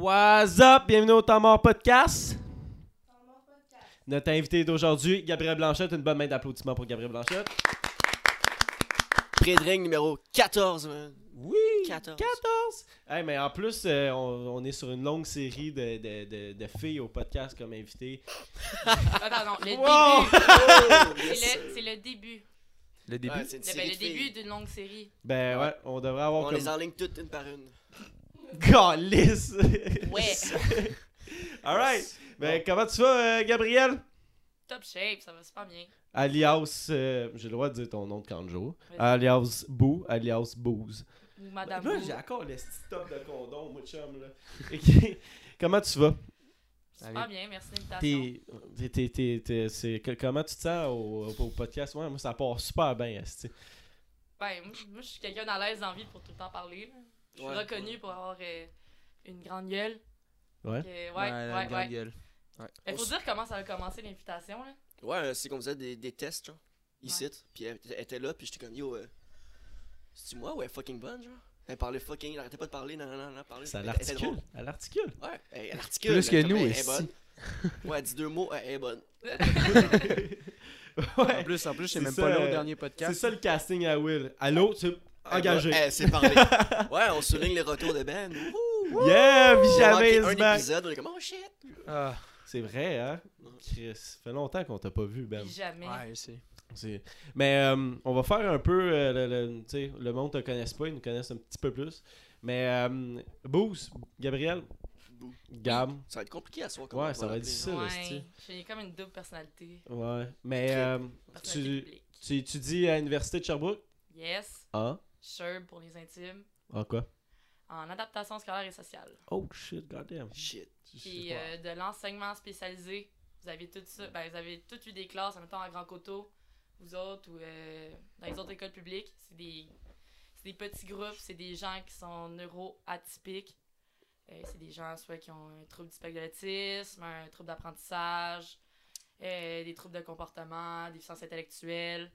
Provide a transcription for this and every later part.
What's up? Bienvenue au Temps Mort Podcast. Notre invité d'aujourd'hui, Gabriel Blanchette. Une bonne main d'applaudissements pour Gabriel Blanchette. Prédring numéro 14, man. Oui! 14. 14! Hey, mais en plus, euh, on, on est sur une longue série de, de- de- de filles au podcast comme invitées. Attends, non, le Wow! début. Oh, yes. C'est le, c'est le début. Le début? Ouais, c'est une Le, ben, série le de début filles. d'une longue série. Ben ouais, on devrait avoir On comme... les enligne toutes une par une. Calisse! Ouais. Alright! Ben comment tu vas, euh, Gabriel? Top shape, ça va super bien. Alias, euh, j'ai le droit de dire ton nom de Kanjo. Vas-y. Alias Boo, alias Booze. Ou Madame. là, Wu. Ben, j'ai encore le petit top de condom, moi, chum, là. Ok. Comment tu vas? Super bien, merci de l'invitation. T'es, t'es- t'es- t'es- t'es- c'est, que- comment tu te sens au, au podcast? Ouais, moi, ça part super bien, esti. Ben, moi, je- moi, je suis quelqu'un à l'aise dans la vie pour tout le temps parler. là. Je suis Ouais, reconnue pour avoir euh, une grande gueule. Ouais. Fait que, ouais, la ouais, grande ouais. gueule. Mais On faut s- dire comment ça a commencé l'invitation, là. Ouais, euh, c'est comme ça, des, des tests, genre. Ici. Puis elle, elle était là, puis j'étais comme, yo, euh, c'est-tu moi ou elle est fucking bonne, genre? Elle parlait fucking, elle arrêtait pas de parler, non, non, non, non, parler. Ça Elle- elle était l'articule. drôle. À l'articule. Ouais, elle, elle articule. Plus que elle est comme, nous, elle- elle est ici. bonne. Ouais, elle dit deux mots, elle est bonne. En plus, en plus, C'est c'est même ça, pas là euh, au dernier C'est podcast. ça le casting à Will. Allô, tu engagé. hein. Elle, c'est parlé. Ouais, on souligne les retours de Ben. Yeah, On a jamais manqué is un back. épisode, on est comme, oh shit. Ah, C'est vrai, hein? Chris, ça fait longtemps qu'on t'a pas vu, Ben. Puis jamais. ouais, c'est... C'est- Mais euh, on va faire un peu. euh, le, le, tu sais, le monde te connaisse pas, ils nous connaissent un petit peu plus. Mais euh, Boos, Gabriel, Boo. Gam. Ça va être compliqué à soi. Ouais, ça va être difficile. Ouais, c'est- J'ai comme une double personnalité. Ouais. Mais Kid. euh, Personnalité publique. tu, tu dis à l'Université de Sherbrooke Yes. Hein? En Sherb pour les intimes. En quoi En adaptation scolaire et sociale. Oh shit, goddamn. hein? Shit. Puis euh, de l'enseignement spécialisé. Vous avez tout ça. Ben, vous avez toutes eu des classes, en même temps à Grand Coteau, vous autres, ou euh, dans les autres écoles publiques. C'est des, c'est des petits groupes, c'est des gens qui sont neuro-atypiques. Euh, c'est des gens soit qui ont un trouble du spectre de l'autisme, un trouble d'apprentissage, euh, des troubles de comportement, des déficiences intellectuelles.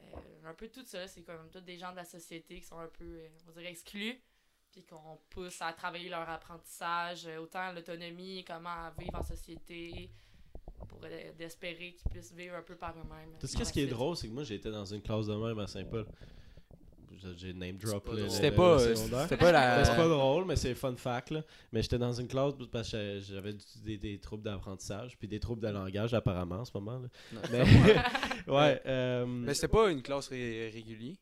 Euh, un peu tout ça, c'est comme tous des gens de la société qui sont un peu, euh, on dirait, exclus puis qu'on pousse à travailler leur apprentissage, euh, autant l'autonomie, comment vivre en société, pour euh, d'espérer qu'ils puissent vivre un peu par eux-mêmes. Tu sais, par qu'est-ce la qui est suite. drôle, c'est que moi j'étais dans une classe de même à Saint-Paul. J'ai name drop. C'est pas le- drôle. C'était le- pas... le euh, secondaire. C'était pas euh, Ben, c'est pas la... drôle, mais c'est fun fact. Là. Mais j'étais dans une classe parce que j'avais- j'avais du- des, des troubles d'apprentissage, puis des troubles de langage apparemment en ce moment. Là. Non. Mais, ouais, euh, Mais c'était pas une classe ré- régulière.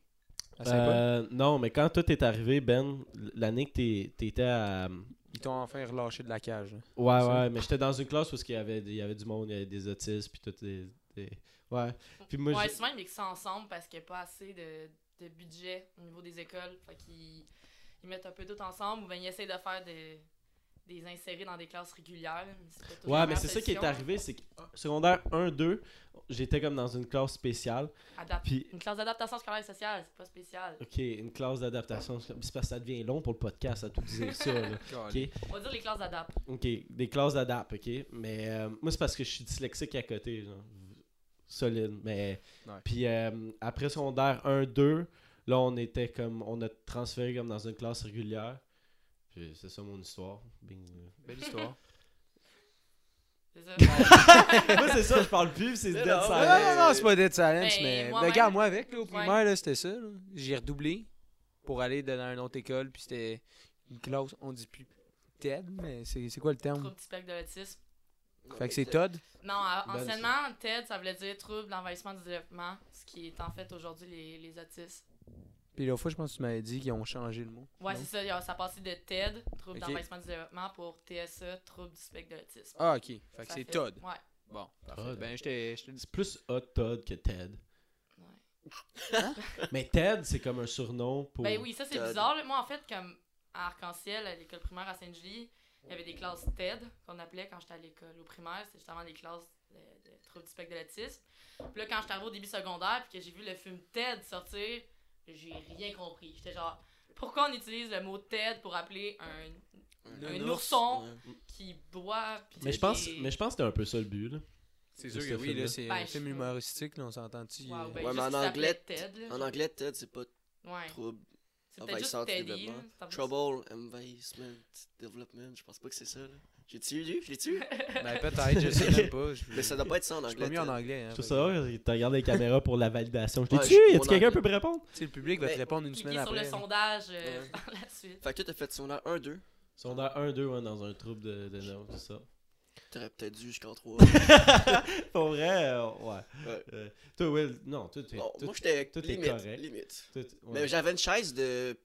À Saint-Paul. euh, non, mais quand tout est arrivé, Ben, l'année que t'es- t'étais à... Ils t'ont enfin relâché de la cage. hein. là. Ouais, Ça. ouais, mais j'étais dans une classe où il y, avait, il y avait du monde, il y avait des autistes, puis tout. Des, des- Ouais. Puis moi, ouais, j'ai- souvent ils mixent ça ensemble parce qu'il n'y a pas assez de, de budget au niveau des écoles. Fait qu'ils ils mettent un peu tout ensemble ou bien ils essaient de faire des, des insérés dans des classes régulières. mais c'est pas toujours ouais, la mais meilleure c'est ça qui est solution. arrivé, c'est que secondaire 1-2, j'étais comme dans une classe spéciale, Adap- puis Une classe d'adaptation scolaire et sociale, c'est pas spécial. OK, une classe d'adaptation. C'est parce que ça devient long pour le podcast à tout dire ça. là. OK, On va dire les classes d'adap. OK, des classes d'adap, OK. Mais euh, moi, c'est parce que je suis dyslexique à côté. genre. Solide. Mais. Ouais. Puis euh, après secondaire 1-2, là, on était comme. On a transféré comme dans une classe régulière. Puis c'est ça mon histoire. Bing. Belle histoire. C'est ça. moi, c'est ça, je parle plus, c'est Mais dead non, silence. Non, non, non, c'est pas Dead Silence, Ben, mais... moi-même- Mais regarde, moi avec, là, au Ouais. primaire, là, c'était ça. là. J'ai redoublé pour aller dans une autre école, puis c'était une classe, on dit plus TED, mais c'est c'est quoi le terme? Trouble du spectre de l'autisme. Fait que c'est Todd. Non, Ben, à- Belle, anciennement, TED, ça voulait dire trouble d'envahissement du développement, ce qui est en fait aujourd'hui les, les autistes. Puis l'autre fois, je pense que tu m'avais dit qu'ils ont changé le mot. Ouais, Non? c'est ça, il y a- ça passait de TED, trouble Ok. d'envahissement du développement, pour TSE, trouble du spectre de l'autisme. Ah, ok. Fait que Ça c'est fait- Todd. Ouais. Bon, parfait. Todd. Ben, j'étais. j'étais- C'est plus hot Todd que Ted. Ouais. Hein? Mais Ted, c'est comme un surnom pour. Ben oui, ça c'est Todd. bizarre. là. Moi, en fait, comme à Arc-en-Ciel, à l'école primaire à Sainte-Julie, il y avait des classes TED qu'on appelait quand j'étais à l'école. Au primaire, c'était justement des classes de, de troubles du spectre de l'autisme. Puis là, quand j'étais arrivée au début secondaire, puis que j'ai vu le film TED sortir, j'ai rien compris. J'étais genre, pourquoi on utilise le mot TED pour appeler un Un ourson. qui boit puis Mais je pense, mais je pense que c'était un peu ça le but, là. C'est sûr sûr que que oui, film-là. là, c'est Ben, un je- film humoristique, là, on s'entend-tu? Wow, euh, Ouais, ben, juste mais en qu'il s'appelait anglais, Ted, là. En anglais, Ted, c'est pas Ouais. trouble. C'est peut-être juste Envahissante Teddy. développement. là, c'est en plus- hein. Trouble, Envahissement, Development, je pense pas que c'est ça, là. J'ai-tu eu, je l'ai-tu eu? Ben, peut-être, je sais même pas. Je Mais ça doit pas être ça en je suis anglais. pas mieux en t'as- anglais. Ah Hein, Je trouve fait ça que- drôle, tu regardes les caméras pour la validation. Je Ouais, t'ai tué, je- y a mon quelqu'un anglais. peut me répondre Tu sais, le public va te Mais- répondre une Cliquez semaine sur le après. là. sondage euh, Ouais. par la suite. Fait que toi, t'as fait son 1-2. Sondage 1-2 ouais, dans un trouble de, de noms, c'est ça. T'aurais peut-être dû jusqu'en 3. Pour vrai, euh, ouais. Ouais. Euh, toi, Will, non, toi, t'es. Bon, toi- moi, j'étais tout est limite. correct. limite. toi, t'es- ouais. Mais j'avais une chaise de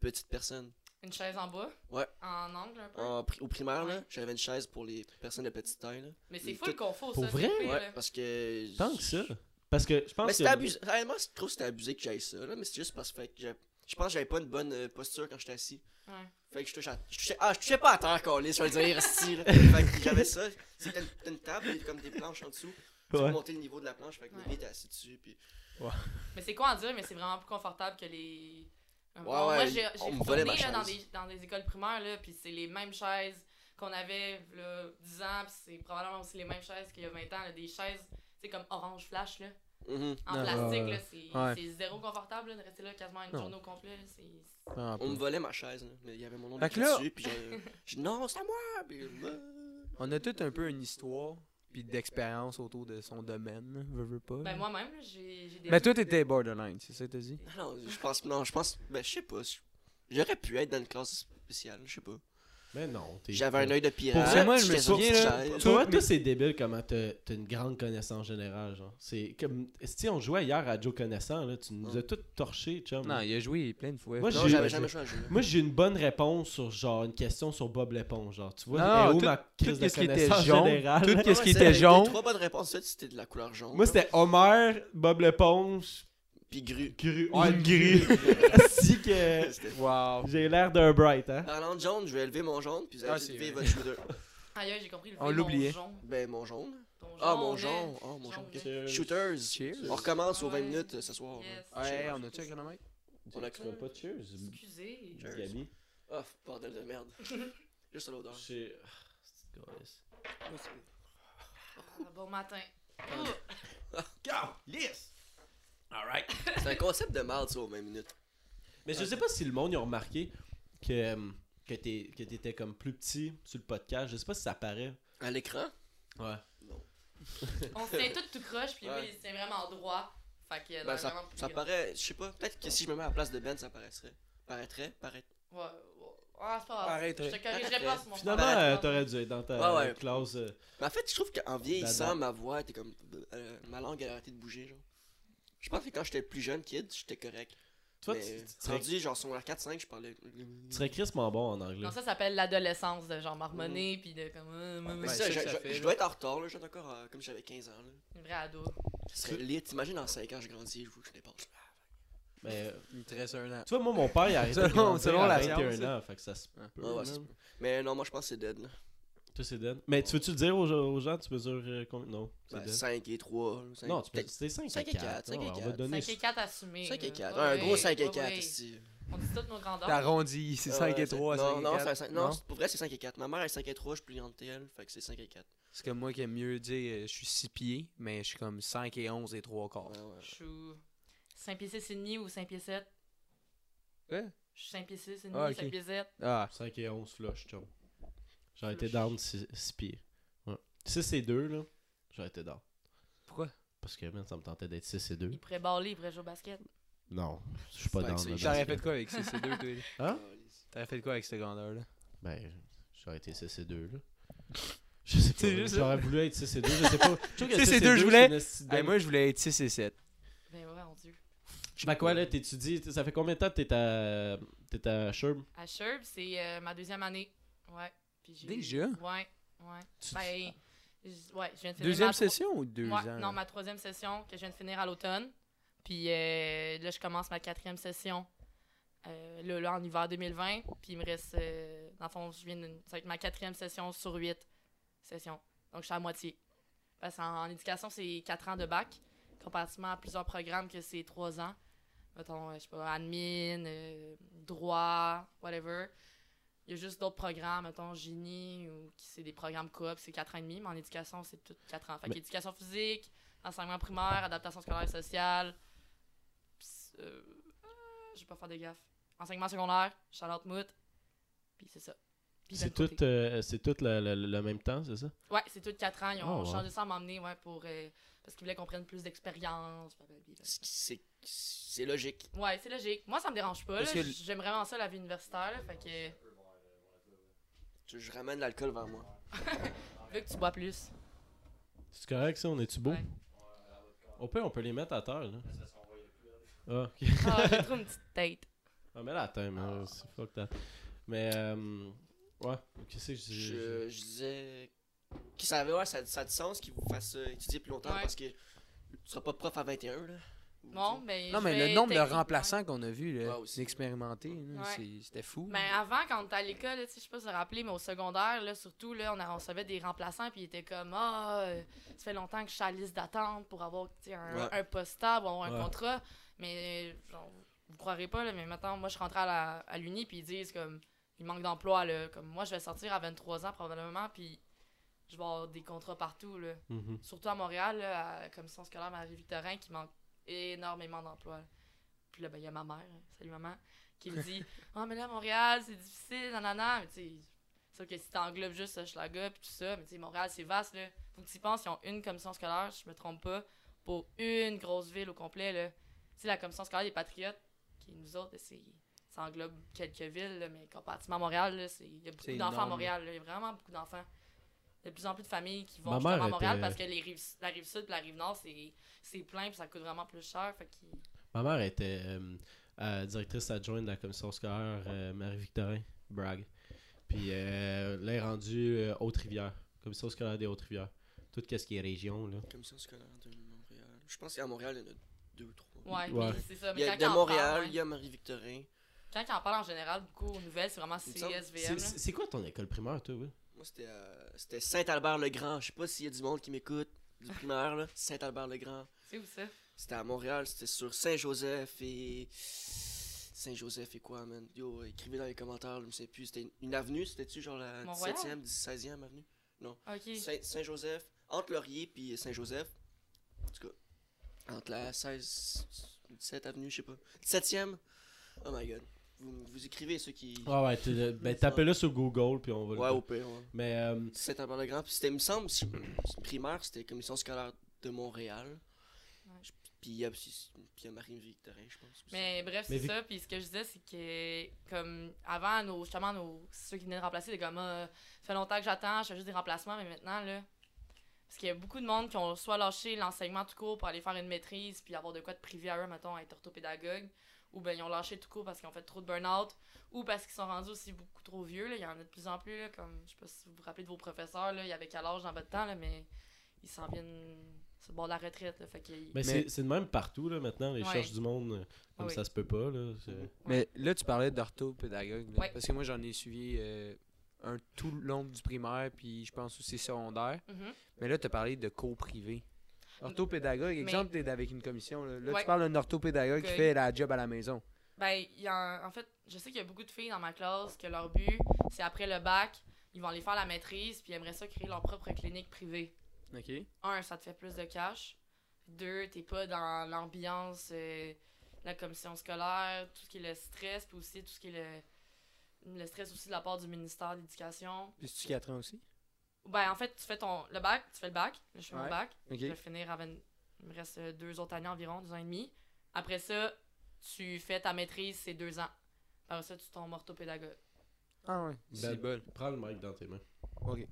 petite personne. Une chaise en bas. Ouais. En angle un peu. En pri- au primaire, là, Ouais. j'avais une chaise pour les personnes de petite taille. Là. Mais c'est Tout- full confort, Pour ça. vrai? c'est pire, Ouais, là. parce que. Tant que ça. Parce que je pense Mais que. c'était abusé. Réellement, je trouve que c'était abusé que j'aille ça, là. Mais c'est juste parce que fait que j'avais- je pense que j'avais pas une bonne euh, posture quand j'étais assis. Ouais. Fait que je touchais, à- je touchais- ah, je touchais pas à terre, collé, je veux dire, assis, là. Fait que j'avais ça. C'était une, c'était une table, et comme des planches en dessous. Tu peux Ouais. monter le niveau de la planche, fait que Ouais. Mimi était assis dessus. Puis... Mais c'est quoi en dire, mais c'est vraiment plus confortable que les. Euh, Ouais, moi, ouais, j'ai j'ai on me volait ma retourné là, dans, chaise. des, dans des écoles primaires, là, puis c'est les mêmes chaises qu'on avait là, 10 ans, puis c'est probablement aussi les mêmes chaises qu'il y a 20 ans, là, des chaises, tu sais, comme orange flash, là, Mhm. en Ah, plastique, ouais. là, c'est Ouais. c'est zéro confortable, là, de rester là quasiment une Non. journée au complet, là, c'est... Ah, On me peu. volait ma chaise, là. Mais il y avait mon nom Fait que là- dessus, puis j'ai- j'ai dit non, c'est à moi! Puis, euh, On a tout un peu une histoire puis d'expérience autour de son domaine, veux, veux pas. Ben, moi-même, là, j'ai j'ai des... Mais toi, t'étais borderline, c'est ça que t'as dit? Non, non, je pense. Non, je pense. Ben, je sais pas. je- J'aurais pu être dans une classe spéciale, je sais pas. Mais non, t'es. J'avais un œil de pirate. Pour vrai, moi, je me j'étais sur souviens, une là, chaise. Toi, toi, c'est débile comment t'as t'as une grande connaissance générale, genre. C'est comme. Si on jouait hier à Joe Connaissant, là, tu nous as tout torché, chum. Non, il a joué plein de fois. Moi, Non, j'ai- j'avais jamais joué à jouer. Moi, j'ai une bonne réponse sur, genre, une question sur Bob l'éponge, genre. Tu vois, Non, elle est où tout- ma tout crise de ce qui était connaissance jaune, générale? tout- Qu'est-ce qui Ouais, était c'est- les jaune? Trois bonnes réponses, ça, c'était de la couleur jaune. Moi, là, c'était Homer, Bob l'éponge, Puis gru. Gru. Ouais, une grue. Ainsi que. C'était- Wow. J'ai l'air d'un bright, hein. Parlant de jaune, je vais élever mon jaune, puis vous allez Ah, vite c'est lever vrai. votre shooter. Aïe, aïe, j'ai compris le On fait, mon l'oubliait. jaune. Ben, mon jaune. Ton jaune, hein. Ah, mon là. jaune. Ah, mon jaune. Jaune, Shooters. Cheers. On recommence aux 20 Ouais. minutes euh, ce soir. là. Yes. Ouais, on a-tu un chronomètre? On a- Tu feras pas de cheers, Excusez. Cheers. Gabi. Ah, bordel de merde. Juste à l'odeur. J'ai- Ah, c'est une connasse. Ah, bon matin. C'est un concept de merde, ça, aux 20 minutes. Mais je sais pas si le monde y a remarqué que, euh, que t'es- que t'étais comme plus petit sur le podcast. Je sais pas si ça paraît. À l'écran? Ouais. Non. On se tient tout tout croche, puis Ouais. lui, il se tient vraiment droit. Fait euh, qu'il a Ben, l'air ça, vraiment plus ça grand. paraît, je sais pas, peut-être que si je me mets à la place de Ben, ça paraîtrait. Paraîtrait, paraît. Ouais, ouais. Ah, c'est pas grave. Arrête, Je te corrigerai pas sur mon Finalement, Ouais, euh, frère. t'aurais dû être dans ta Ouais, ouais. euh, classe. euh, Mais en fait, je trouve qu'en Dada. vieillissant, ma voix était comme. euh, ma langue a arrêté de bouger, genre. Je pense que quand j'étais plus jeune kid, j'étais correct. Toi, Mais, euh, tu, tu serais, tu rendu, genre, sur la 4-5, je parlais. serais crissement bon en anglais. Non, ça s'appelle l'adolescence, de genre marmonner, puis de comme. euh, euh, Mm. Mais Ouais, ça, c'est je, ça que ça je- fait, je là. dois être en retard, là. J'étais encore euh, comme si j'avais 15 ans, là. Une vraie ado. Ce serait lit. T'imagines, en 5 ans, je grandis, je vous je dépasse. Mais, euh, Il te reste un an. tu vois, moi, mon père, il a arrêté de Selon- grandir selon à la 21 science. ans. Fait que ça se peut. Ouais, Ouais, Ah, ouais, man. ça se peut. Mais non, moi, je pense que c'est dead, là. Toi, c'est dead. Mais tu veux-tu le dire aux, aux gens, tu mesures euh, combien Non, c'est Ben, dead. 5 et 3. Non, tu peux. C'est 5 cinq et et 4. quatre, cinq et Ouais, hein. on va quatre. donner. 5 et 4 assumés. 5 et là. 4. Ouais, Un gros ouais, 5 et ouais, 4, ouais. ici. On dit toutes nos grandeurs. T'arrondis, Euh, c'est 5 et 3, 5 Non, et non, 4. c'est un cinq- non, c'est- pour vrai, c'est 5 et 4. Ma mère est 5 et 3, je suis plus grande que elle, fait que c'est 5 et 4. C'est comme moi qui aime mieux dire euh, je suis 6 pieds, mais je suis comme 5 et 11 et 3 Oh. quarts. Ouais, ouais. Chou. 5 pieds 6 et demi ou 5 pieds 7 Ouais. Je suis 5 pieds 6 et Ah, demi, ok. 5 pieds 7. Ah, 5 et 11 flush, chum. J'aurais été down 6 pieds. Ouais. 6 et 2, là, j'aurais été down. pourquoi Parce que, man, ça me tentait d'être 6 et 2. Il pourrait baller, il pourrait jouer au basket. Non, je suis pas Fait que down. c'est- là, T'aurais parce fait quoi avec ces ces deux, toi là? Ah, Hein? T'aurais fait quoi avec cette grandeur-là que- Ben, j'aurais été 6 et 2, là. Je sais C'est pas. juste J'aurais voulu être 6 et 2, je sais pas. Je trouve que 6 et 6 2, je voulais- c'est une estime- Hey, Moi, je voulais être 6 et 7. Ben ouais, on Dieu. Ben quoi, là, t'étudies, ça fait combien de temps que t'es à. T'es à Sherb? À Sherb, c'est euh, ma deuxième année. Ouais. Puis j'ai- Déjà? Ouais, ouais. Tu- Ben, j- ouais, je viens de finir Deuxième ma tro- session ou deux Ouais, ans Non, ma troisième session que je viens de finir à l'automne. Puis euh, là, je commence ma quatrième session. euh, là, là, en hiver 2020. Puis il me reste. euh, dans le fond, je viens de. Ça va être ma quatrième session sur huit sessions. Donc, je suis à moitié. Parce qu'en en éducation, c'est quatre ans de bac. Comparativement à plusieurs programmes que c'est trois ans. Mettons, euh, je sais pas, admin, euh, droit, whatever. Il y a juste d'autres programmes, mettons, génie, ou qui c'est des programmes coop, c'est quatre ans et demi, mais en éducation, c'est tout quatre ans. Fait Mais- qu'éducation physique, enseignement primaire, adaptation scolaire et sociale. pis, euh, euh, je vais pas faire de gaffe. Enseignement secondaire, Charlotte Mout. Puis c'est ça. Puis C'est d'un côté. tout, euh, c'est tout le, le- le- le même temps, c'est ça? Ouais, c'est tout 4 ans. Ils ont Oh, ouais. changé ça à m'emmener, ouais, pour. euh, parce qu'ils voulaient qu'on prenne plus d'expérience. blablabla. C'est- C'est c'est logique. Ouais, c'est logique. Moi, ça me dérange pas. là. Parce que- J'aime vraiment ça, la vie universitaire. là, fait que. Je, je ramène l'alcool vers moi. Vu que tu bois plus. C'est correct, ça? On est-tu beau? Ouais. Au pire, on peut les mettre à terre, là. Ah, ok. Ah, j'ai trop une petite tête. Ah, mais là, attends, mais euh, c'est fuck that. Mais, euh, ouais, qu'est-ce que je dis? Je, je disais que ça avait ouais, ça, ça a du sens qu'ils vous fassent euh, étudier plus longtemps Ouais. parce que tu seras pas prof à 21 là. Ou, Non, mais. Non, je mais vais le nombre de techniquement- remplaçants qu'on a vu, là, Ouais, aussi. expérimenté, Ouais. c'était fou. Mais Ben, avant, quand on était à l'école, là, tu sais, je sais pas si vous vous rappelez, mais au secondaire, là, surtout, là, on a- on recevait des remplaçants, puis ils étaient comme Ah, euh, ça fait longtemps que je suis à la liste d'attente pour avoir tu sais, un, Ouais. un poste stable, avoir un Ouais. contrat. Mais, euh, genre, vous croirez pas, là, mais maintenant, moi, je suis rentrée à la- à l'Uni, puis ils disent comme Il manque d'emploi, là. Comme moi, je vais sortir à 23 ans, probablement, puis je vais avoir des contrats partout, là. Mhm. Surtout à Montréal, là, à la commission scolaire Marie-Victorin, qui manque énormément d'emplois. là. Puis là, ben, il y a ma mère, hein, salut maman, qui me dit Ah, mais là, à Montréal, c'est difficile, nanana. Mais tu sais, c'est sûr que si t'englobes juste Schlaga puis tout ça, mais tu sais, Montréal, c'est vaste, là. Faut que tu penses, ils ont une commission scolaire, je me trompe pas, pour une grosse ville au complet, là. Tu sais, la commission scolaire des Patriotes, qui est nous autres, c'est. Ça englobe quelques villes, là, mais comparativement à Montréal, là, c'est- il y a beaucoup C'est d'enfants à énorme. Montréal. là. Il y a vraiment beaucoup d'enfants. Il y a de plus en plus de familles qui vont Ma justement mère à Montréal était- parce que les rives, la rive sud et la rive nord, c'est, c'est plein puis ça coûte vraiment plus cher. Fait qu'il- Ma mère était euh, euh, directrice adjointe de la commission scolaire euh, Marie-Victorin, brag. Puis euh, là, elle est rendue euh, Haute-Rivière, commission scolaire des Hautes-Rivières. Tout ce qui est région, là. Commission scolaire de Montréal. Je pense qu'à Montréal, il y en a deux ou trois. Ouais, Ouais. mais c'est ça. Il y Mais a quand de ils en Montréal, parlent, il y a Marie-Victorin. hein, quand ils en parlent en général beaucoup aux nouvelles, c'est vraiment Il me semble- C'est- CSVM. C'est c'est quoi ton école primaire, toi, Will? Moi, c'était euh, c'était Saint-Albert-le-Grand. Je sais pas s'il y a du monde qui m'écoute du primaire, là. Saint-Albert-le-Grand. C'est où ça? C'était à Montréal, c'était sur Saint-Joseph et. Saint-Joseph et quoi, man? Yo, écrivez dans les commentaires, là, je ne sais plus. C'était une- une avenue, c'était-tu genre la Mont-Royal? 17e, 16e avenue? Ok. Saint- Saint-Joseph, entre Laurier puis Saint-Joseph. En tout cas, entre la 16, 17 avenue, je sais pas. 17e? Oh my god. Vous, vous écrivez ceux qui. Ah ouais, tu- euh, ben, tapez-le sur Google, puis on va le ouais, faire. au pire, ouais. Mais, euh, Saint-Albert-le-Grand. Puis c'était, il me semble, si- primaire, c'était commission scolaire de Montréal. Ouais. Je- Puis il y a, puis il y a Marie-Victorin, je pense. aussi. Mais bref, Mais c'est Vic- ça. Puis ce que je disais, c'est que, comme avant, nos, justement, nos, ceux qui venaient de remplacer, c'était comme, Ah, ça fait longtemps que j'attends, je fais juste des remplacements, mais maintenant, là. Parce qu'il y a beaucoup de monde qui ont soit lâché l'enseignement tout court pour aller faire une maîtrise, puis avoir de quoi de privé à eux, mettons, à être orthopédagogue, ou ben ils ont lâché tout court parce qu'ils ont fait trop de burn-out, ou parce qu'ils sont rendus aussi beaucoup trop vieux, là. Il y en a de plus en plus, là, comme, je sais pas si vous vous rappelez de vos professeurs, là, il y avait quel âge dans votre temps, là, mais ils s'en viennent sur le bord de la retraite, là. Fait qu'ils. ben, c'est- c'est de même partout, là, maintenant. Ils Ouais. cherchent du monde euh, comme Ah oui. ça se peut pas, là. c'est- Mais là, tu parlais d'orthopédagogue. là, Ouais. Parce que moi, j'en ai suivi euh, un tout le long du primaire, puis je pense aussi secondaire. Mhm. Mais là, tu as parlé de cours privés. Orthopédagogue, Mais- exemple, tu avec une commission. Là, Là, Ouais. tu parles d'un orthopédagogue qui Ok. fait la job à la maison. Ben, il y a un- en fait, je sais qu'il y a beaucoup de filles dans ma classe que leur but, c'est après le bac, ils vont aller faire la maîtrise, puis ils aimeraient ça créer leur propre clinique privée. OK. Un, ça te fait plus de cash. Deux, t'es pas dans l'ambiance, euh, la commission scolaire, tout ce qui est le stress, puis aussi tout ce qui est le, le stress aussi de la part du ministère de l'Éducation. Puis c'est-tu 4 ans aussi? Ben, en fait, tu fais ton, le bac, tu fais le bac, je fais Ouais. mon bac, OK. je vais finir à 20 Il me reste euh, deux autres années environ, deux ans et demi. Après ça, tu fais ta maîtrise, c'est deux ans. Après ça, tu tombes orthopédagogue. Ah ouais. Ben- C'est bol. Prends le mic dans tes mains. OK.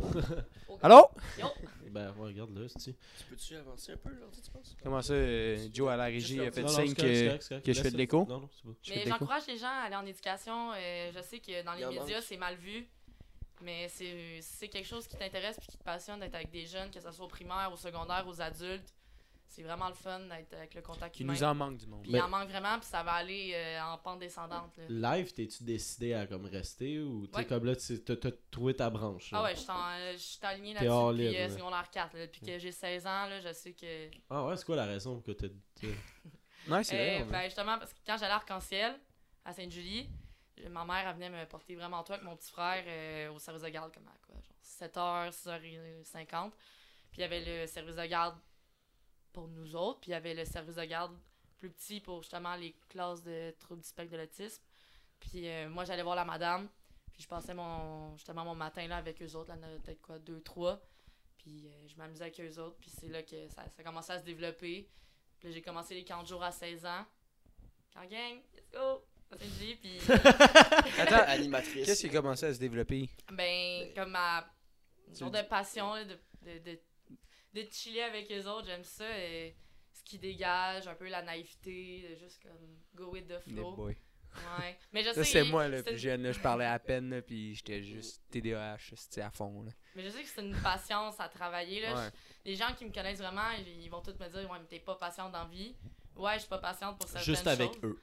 Ok. Allô? Yo! Ben, ouais, regarde-le, c'est-tu. Tu peux-tu avancer un peu, là, tu penses? Comment ça, euh, Joe à la régie a Juste fait Non, non, signe c'est correct, c'est que... correct, c'est correct. que je fais de Laisse-le. l'écho? Non, non, c'est pas. Je fais Mais des cours. j'encourage les gens à aller en éducation. euh, je sais que dans Il les en médias, manque. c'est mal vu. Mais c'est c'est quelque chose qui t'intéresse puis qui te passionne d'être avec des jeunes, que ce soit au primaire, au secondaire, aux adultes. C'est vraiment le fun d'être avec le contact Qui humain. nous en Ben- manque du monde. Puis il en manque vraiment, puis ça va aller euh, en pente descendante. là. Live, t'es-tu décidé à comme rester ou t'es Ouais. comme là, tu- t'as t'as trouvé ta branche? là? Ah ouais, je suis en- euh, je suis alignée T'es all là-dessus depuis in, euh, là. secondaire 4. là. Depuis que j'ai 16 ans, là, je sais que. Ah ouais, c'est quoi la raison que t'as. t'as- Ouais, c'est Eh, vrai. on- ben, justement, parce que quand j'allais à Arc-en-Ciel, à Sainte-Julie, je- ma mère, elle venait me porter vraiment toi avec mon petit frère euh, au service de garde, comme à quoi, genre 7h, euh, 6h50. Puis il y avait le service de garde pour nous autres, puis il y avait le service de garde plus petit pour justement les classes de troubles du spectre de l'autisme. Puis euh, moi, j'allais voir la madame. Puis je passais mon, justement mon matin là avec eux autres. Là, il y en avait peut-être quoi, deux, trois. Puis euh, je m'amusais avec eux autres. Puis c'est là que ça, ça commençait à se développer. Puis là, j'ai commencé les camps de jour à 16 ans. Quand gang, let's go! Ça, c'est dit, Puis Attends, Animatrice. qu'est-ce qui a commencé à se développer? Ben, comme ma Tu genre le de passion là, de, de, de, de chiller avec les autres, j'aime ça. Et ce qui dégage, un peu la naïveté, de juste comme go with the Les flow. boys. Ouais. Mais je sais, Ça, c'est moi, là, Oh. c'est- plus jeune, là, je parlais à peine, là, puis j'étais juste TDAH, c'était à fond, là. mais je sais que c'est une patience à travailler. Là. Ouais. Je- les gens qui me connaissent vraiment, ils, ils vont tous me dire Ouais, mais t'es pas patiente dans la vie. Ouais, je suis pas patiente pour certaines Juste avec choses. eux.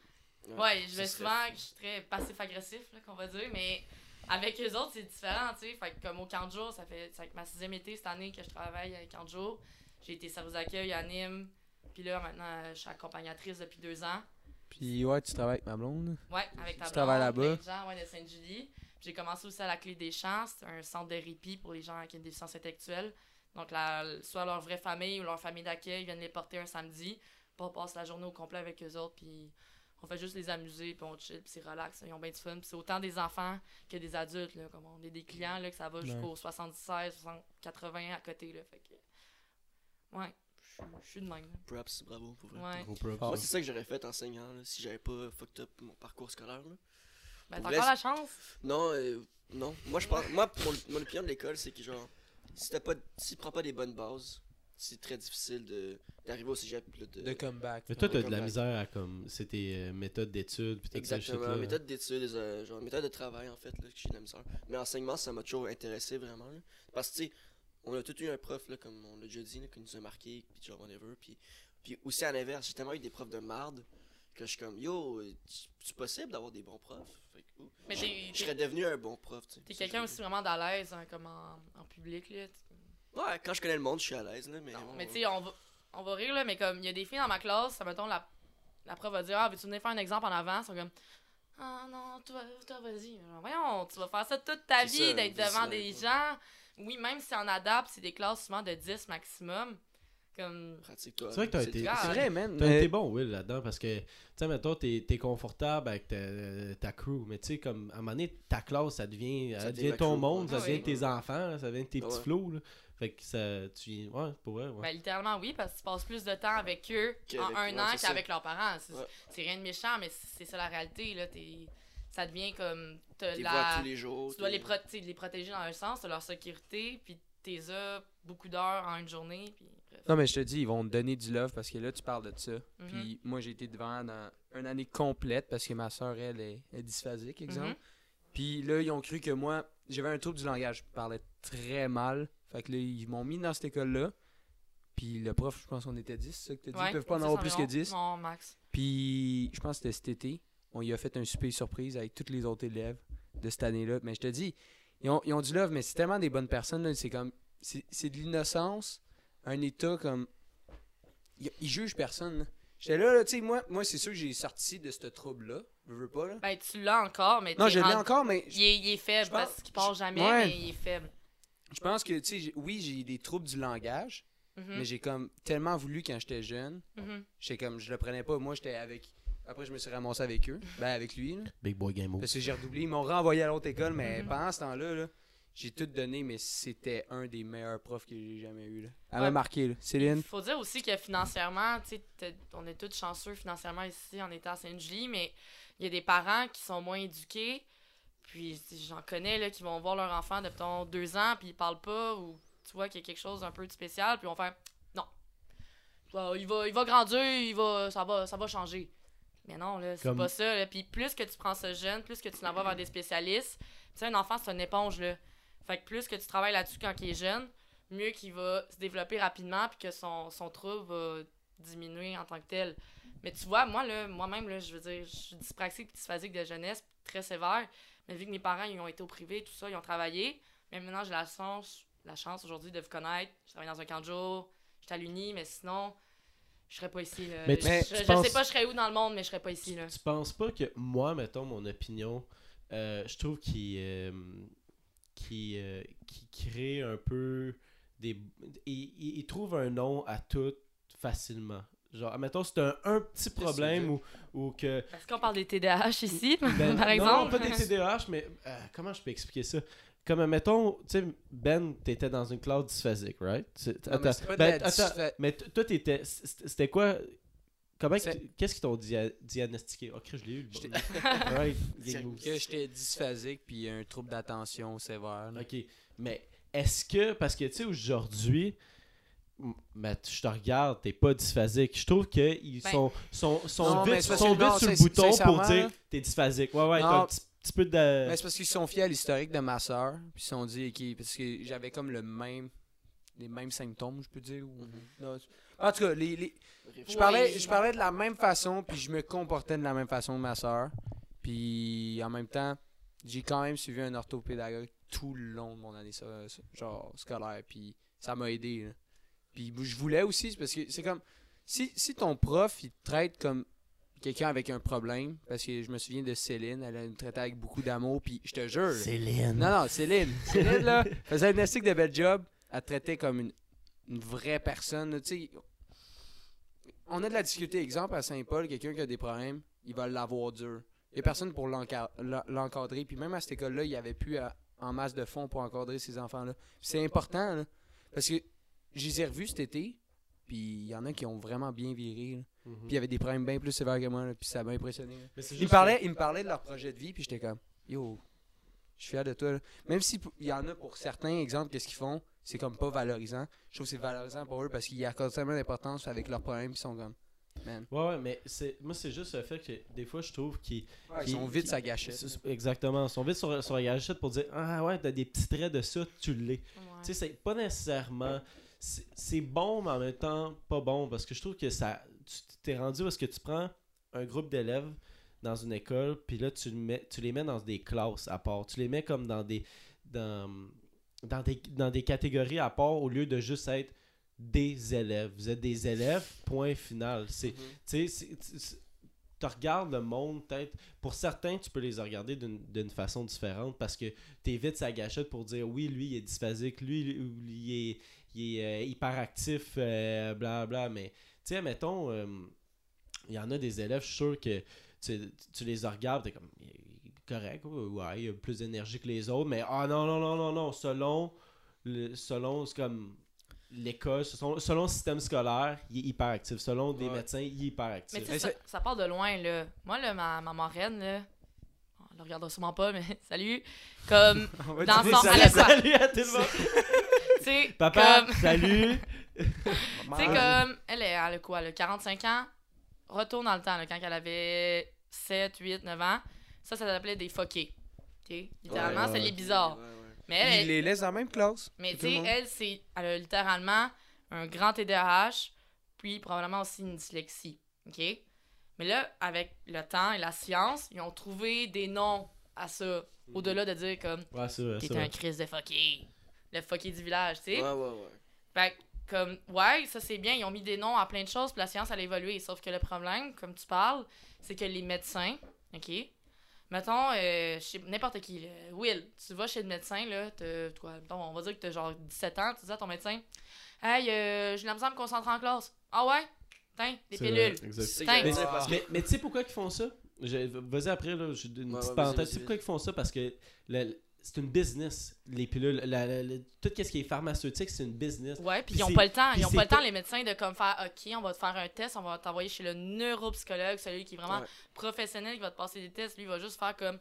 Ouais, je Ça serait vais souvent, je suis très passif-agressif, là, qu'on va dire, mais avec eux autres, c'est différent, tu sais. Fait que comme au camp de jour, ça fait, ça fait ma sixième été cette année que je travaille avec camp de jour. J'ai été service d'accueil à Nîmes, puis là, maintenant, euh, je suis accompagnatrice depuis deux ans. Puis ouais, tu travailles avec ma blonde. Ouais, avec ta Tu travailles blonde, là-bas? plein de gens, ouais, de Sainte-Julie. J'ai commencé aussi à la Clé des Champs, c'est un centre de répit pour les gens qui ont une déficience intellectuelle. Donc, la, soit leur vraie famille ou leur famille d'accueil viennent les porter un samedi. Puis on passe la journée au complet avec eux autres, puis on fait juste les amuser, puis on chill, puis c'est relax, ils ont bien du fun. Puis c'est autant des enfants que des adultes, là, comme on est des clients, là, que ça va jusqu'aux 76, 60, 80 à côté, là, fait que... Ouais, je je suis de même, là. Props, bravo pour vrai. Ouais. Gros props. Ah, Moi, c'est ça que j'aurais fait enseignant là, si j'avais pas fucked up mon parcours scolaire. là. Ben, Pour vrai, t'as encore la chance! Non, euh, non. Moi, je pense, moi mon, mon opinion de l'école, c'est que genre, si t'as pas, si tu prends pas des bonnes bases, c'est très difficile de d'arriver au cégep. là, de, De comeback. Mais toi, t'as de Comme la la- misère à comme. C'est tes euh, méthodes d'études. Puis toute cette Exactement, shit-là. méthode d'études, euh, genre méthode de travail en fait, là, que j'ai de la misère. Mais l'enseignement, ça m'a toujours intéressé vraiment. là. Parce que tu sais, on a tout eu un prof, là, comme on l'a déjà dit, là, qui nous a marqué, puis genre whatever. Puis, puis aussi à l'inverse, j'ai tellement eu des profs de marde que je suis comme yo, euh, c'est- c'est possible d'avoir des bons profs. Fait que, ouh, Mais t'es- je serais devenu un bon prof. tu sais. T'es Ça, quelqu'un j'aime aussi vraiment d'à l'aise, hein, comme en, en public, là. tu- bien. Ouais, quand je connais le monde, je suis à l'aise, là, mais. Non, bon, mais ouais. tu sais, on va, on va rire, là, mais comme il y a des filles dans ma classe, ça mettons, la, la prof va dire Ah, veux-tu venir faire un exemple en avant Ils sont comme Ah non, toi, toi vas-y. Genre, Voyons, tu vas faire ça toute ta C'est ça, vie, d'être devant vice-like, des ouais. gens. Oui, même si on adapte, c'est des classes souvent de 10 maximum. Comme. Pratique-toi. C'est vrai que t'as C'est été- tout. Ah, C'est vrai, man. Euh, T'as mais- été bon, Will, là-dedans, parce que, tu sais, mettons, t'es es confortable avec ta, ta crew, mais tu sais, comme, à un moment donné, ta classe, ça devient, Ça ça devient devient la ton crew, monde, ouais. ça Ah devient oui. tes enfants, là, ça devient tes Ah petits ouais. flots, là. Fait que ça, tu... Ouais, pour vrai, ouais. Ben, littéralement, oui, parce que tu passes plus de temps avec eux Qu'avec- en un ouais, an c'est ça. qu'avec leurs parents. C'est Ouais. c'est rien de méchant, mais c'est c'est ça la réalité, là. T'es- ça devient comme. t'as Tu les la... vois tous les jours. tu dois les, t'es- pro- t'sais, les protéger dans un sens, de leur sécurité, puis t'es as beaucoup d'heures en une journée, puis bref. Non, mais je te dis, ils vont te donner du love parce que là, tu parles de ça. Mhm. Puis moi, j'ai été devant dans une année complète parce que ma soeur, elle, est, est dysphasique, exemple. Mhm. Puis là, ils ont cru que moi, j'avais un trouble du langage. Je parlais très mal. Fait que là, ils m'ont mis dans cette école-là. Puis le prof, je pense qu'on était 10, c'est ça que t'as dit. Ouais, ils peuvent pas en dix avoir plus que environ. 10. Non, max. Puis, je pense que c'était cet été, on y a fait un souper surprise avec tous les autres élèves de cette année-là. Mais je te dis, ils ont, ils ont du love, mais c'est tellement des bonnes personnes. là, C'est comme, c'est c'est de l'innocence, un état comme. Ils, ils jugent personne. là. J'étais là, là, tu sais, moi, moi c'est sûr que j'ai sorti de ce trouble-là. Je veux pas, là. Ben, tu l'as encore, mais Non, t'es je l'ai rendu- encore, mais je Il est, il est faible, Je pense- parce qu'il part jamais, Ouais. mais il est faible. je pense que, tu sais, j'ai- oui, j'ai des troubles du langage, Mhm, mais j'ai comme tellement voulu quand j'étais jeune. mhm. J'étais comme, je le prenais pas. Moi, j'étais avec. Après, je me suis ramassé avec eux. Ben, avec lui, là. Big boy game over. Parce que j'ai redoublé. Ils m'ont renvoyé à l'autre école, mais Mhm. pendant ce temps-là, là, j'ai tout donné, mais c'était un des meilleurs profs que j'ai jamais eu. Là. Elle Ouais. m'a marqué, là. Céline. faut dire aussi que financièrement, tu sais, t'es- on est tous chanceux financièrement ici en étant à Sainte-Julie, mais il y a des parents qui sont moins éduqués. Puis tu sais, j'en connais là, qui vont voir leur enfant de mettons, deux ans, puis ils parlent pas, ou tu vois qu'il y a quelque chose d'un peu de spécial, puis ils vont faire non. Bah, il, va, il va grandir, il va, ça, va, ça va changer. Mais non, là, c'est Comme- pas ça. là. Puis plus que tu prends ce jeune, plus que tu l'envoies vers des spécialistes, tu sais, un enfant, c'est une éponge. Là. Fait que plus que tu travailles là-dessus quand il est jeune, mieux qu'il va se développer rapidement puis que son, son trouble va diminuer en tant que tel. Mais tu vois, moi, là, moi-même, là, je veux dire, je suis dyspraxique et dysphasique de jeunesse, très sévère. Mais vu que mes parents, ils ont été au privé, tout ça, ils ont travaillé. Mais maintenant, j'ai la chance, la chance aujourd'hui de vous connaître. Je travaille dans un camp de jour, j'étais à l'Uni, mais sinon, je serais pas ici. là. Mais je, tu- mais je- tu je penses- sais pas, je serais où dans le monde, mais je serais pas ici, là. Tu penses pas que moi, mettons, mon opinion, euh, je trouve qu'il euh, qu'il, euh, qu'il crée un peu des. Il, il- il trouve un nom à tout facilement. Genre, admettons, c'est un, un petit problème ou, ou que. Est-ce qu'on parle des TDAH ici, Ben- par exemple? Non, non, pas des TDAH, mais euh, comment je peux expliquer ça? Comme, mettons, tu sais, Ben, t'étais dans une classe dysphasique, right? Tu- ben, Non, mais c'est pas de la dyspha- mais t- toi, t'étais. c- C'était quoi. Comment. C'est- que- Qu'est-ce qu'ils t'ont dia- diagnostiqué? Oh, Chris, je l'ai eu, le J'étais- bon. Ouais, Game Moves. Que j'étais dysphasique puis un trouble d'attention sévère. là. Ok. Mais est-ce que. Parce que, tu sais, aujourd'hui. m- Mais tu- je te regarde, t'es pas dysphasique. Je trouve qu'ils Ben- sont, sont, sont Non, mais vite, c'est parce sont que, non, vite sur le sin- bouton pour sincèrement, dire là- t'es dysphasique. Ouais, ouais, Non. t'as un petit, petit peu de. Mais Ben, c'est parce qu'ils se sont fiés à l'historique de ma soeur. Puis ils se sont dit, ok, parce que j'avais comme le même, les mêmes symptômes, je peux dire. ou- Non, c'est- en tout cas, les, les- je, Ouais. parlais, je parlais de la même façon, puis je me comportais de la même façon que ma soeur. Puis en même temps, j'ai quand même suivi un orthopédagogue tout le long de mon année so- genre scolaire. Puis ça m'a aidé. là. Puis je voulais aussi, c'est parce que c'est comme, si, si ton prof, il te traite comme quelqu'un avec un problème, parce que je me souviens de Céline, elle me traitait avec beaucoup d'amour, puis je te jure. Céline. Non, non, Céline. Céline, là, faisait un diagnostic de bel job. Elle te traitait comme une, une vraie personne. là, Tu sais, on a de la difficulté. Exemple, à Saint-Paul, quelqu'un qui a des problèmes, il va l'avoir dur. Il n'y a personne pour l'enca- l'en- l'encadrer. Puis même à cette école-là, il n'y avait plus euh, en masse de fonds pour encadrer ces enfants-là. Puis C'est important, là, parce que je les ai revus cet été, puis il y en a qui ont vraiment bien viré. là. Puis il y avait des problèmes bien plus sévères que moi, là, puis ça m'a impressionné. là. Ils me, parlaient, ils me parlaient de leur projet de vie, puis j'étais comme, yo, je suis fier de toi. là. Même si pou- il y en a pour certains, exemple, qu'est-ce qu'ils font, c'est comme pas valorisant. Je trouve que c'est valorisant pour eux parce qu'ils accordent tellement d'importance avec leurs problèmes, puis ils sont comme, man, Ouais, ouais, mais c'est moi, c'est juste le fait que des fois, je trouve qu'ils. ils sont vite sa c'est- gâchette. c'est- Exactement. Ils sont vite sur, sur la gâchette pour dire Ah ouais, t'as des petits traits de ça, tu l'es. Ouais. Tu sais, c'est pas nécessairement. c'est- C'est bon, mais en même temps, pas bon. Parce que je trouve que ça. Tu t'es rendu parce que tu prends un groupe d'élèves dans une école, puis là, tu, le mets, tu les mets dans des classes à part. Tu les mets comme dans des. Dans, dans des, dans des catégories à part au lieu de juste être des élèves. Vous êtes des élèves, point final. C'est tu sais, c'est- tu- c'est- tu regardes le monde, peut-être. Pour certains, tu peux les regarder d'une d'une façon différente parce que tu vite sa gâchette pour dire oui, lui, il est dysphasique, lui, lui, il est, il est, euh, hyperactif, euh, bla bla. Mais, tu sais, mettons, euh, il y en a des élèves, je suis sûr que tu, tu les regardes, t'es comme il est correct, ouais, ouais, il a plus d'énergie que les autres, mais ah non, non, non, non, non, selon, le, selon, c'est comme. L'école, selon, selon le système scolaire, il est hyperactif. Selon des Ouais. médecins, il est hyperactif. Mais tu sais, ça, ça part de loin, là. Moi, là, ma, ma marraine, là, on la regardera sûrement pas, mais salut. Comme, Dans Salut, son- à salut, la fois. salut à tout le monde. tu sais, Papa, comme- salut. Tu sais, comme, elle, est- elle a quoi, elle a 45 ans, retourne dans le temps, là, quand elle avait 7, 8, 9 ans, ça, ça s'appelait des fuckés. OK? Littéralement, Ouais, ouais, c'est les ouais. bizarres. Ouais, ouais. Mais elle, Ils elle- les laissent dans la même classe. mais tout tu sais, le monde. elle, c'est, elle a littéralement un grand TDAH, puis probablement aussi une dyslexie. OK? Mais là, avec le temps et la science, ils ont trouvé des noms à ça, Mhm. au-delà de dire comme, Ouais, c'est Ah, vrai, c'est t'es un vrai. Chris de fucké, le fucké du village, tu sais? Ouais, ouais, ouais. Fait que, comme, ouais, ça c'est bien, ils ont mis des noms à plein de choses, puis la science, elle a évolué. Sauf que le problème, comme tu parles, c'est que les médecins, OK? Mettons, euh, chez n'importe qui, là, Will, tu vas chez le médecin, là, t'as- toi, mettons, on va dire que t'as genre 17 ans, tu dis à ton médecin, Hey, euh, j'ai de la misère à me concentrer en classe. Ah ouais? Tiens, des C'est vrai, pilules. exact. C'est ça que Mais- j'allais dire, parce que- Mais, mais tu sais pourquoi ils font ça? Je- Vas-y après, là, j'ai une Ouais, petite ouais, parenthèse. vas-y, vas-y, Tu sais vas-y. pourquoi ils font ça? Parce que la- la- c'est une business, les pilules. La- la- la- tout ce qui est pharmaceutique, c'est une business. Ouais, puis Puis ils ont c'est- pas le temps, puis ils ont c'est pas le temps, pas- les médecins, de comme faire, OK, on va te faire un test, on va t'envoyer chez le neuropsychologue, celui qui est vraiment Ouais. professionnel, qui va te passer des tests, lui, il va juste faire comme,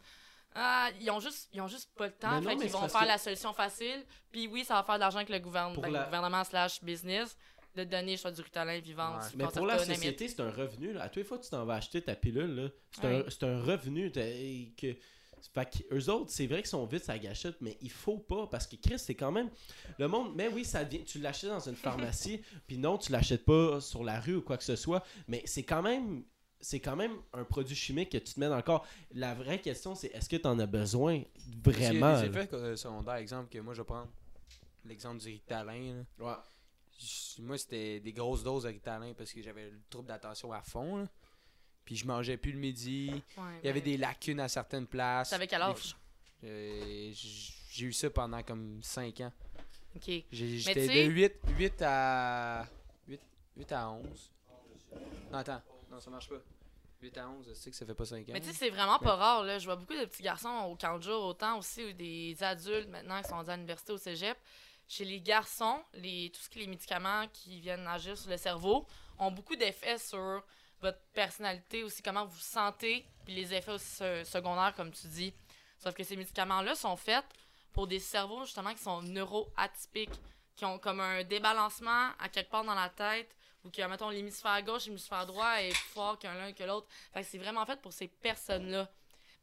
ah, ils ont juste, ils ont juste pas le temps, Mais non, fait mais qu'ils c'est vont parce faire que- la solution facile, puis oui, ça va faire de l'argent avec le, gouverne- Pour avec le la- gouvernement slash business, de donner, soit du ritalin vivant, Ouais. du Mais pour la Concerta, name it. société, c'est un revenu. Là. À toutes les fois que tu t'en vas acheter ta pilule, là, c'est Ouais. un, c'est un revenu. t'as- et que, fait que eux autres, c'est vrai qu'ils sont vite à gâchette, mais il faut pas parce que Chris, c'est quand même. Le monde, mais oui, ça devient, tu l'achètes dans une pharmacie, puis non, tu l'achètes pas sur la rue ou quoi que ce soit, mais c'est quand même. C'est quand même un produit chimique que tu te mets dans le corps. La vraie question, c'est est-ce que tu en as besoin Parce qu'il y vraiment? a des là? effets euh, secondaires, exemple, que moi je vais prendre l'exemple du Ritalin. là. Ouais. J- Moi, c'était des grosses doses de Ritalin parce que j'avais le trouble d'attention à fond. là. Puis je mangeais plus le midi. Ouais, Il y avait mais- des lacunes à certaines places. T'avais quel Des- âge? Euh, j- J'ai eu ça pendant comme 5 ans. OK. J'ai- J'étais tu sais- de 8, 8 à 8, 8 à 11. Non, attends. Non, ça marche pas. 8 à 11, je sais que ça fait pas 5 ans. Mais tu sais, c'est vraiment pas rare, là. Je vois beaucoup de petits garçons au camp de jour, autant aussi ou des adultes maintenant qui sont rendus à l'université, au cégep. Chez les garçons, les, tout ce qui est les médicaments qui viennent agir sur le cerveau ont beaucoup d'effets sur votre personnalité, aussi comment vous vous sentez, puis les effets aussi se- secondaires, comme tu dis. Sauf que ces médicaments-là sont faits pour des cerveaux, justement, qui sont neuroatypiques, qui ont comme un débalancement à quelque part dans la tête, ou que, mettons, l'hémisphère gauche et l'hémisphère droit est plus fort qu'un l'un que l'autre. Fait que c'est vraiment fait pour ces personnes-là.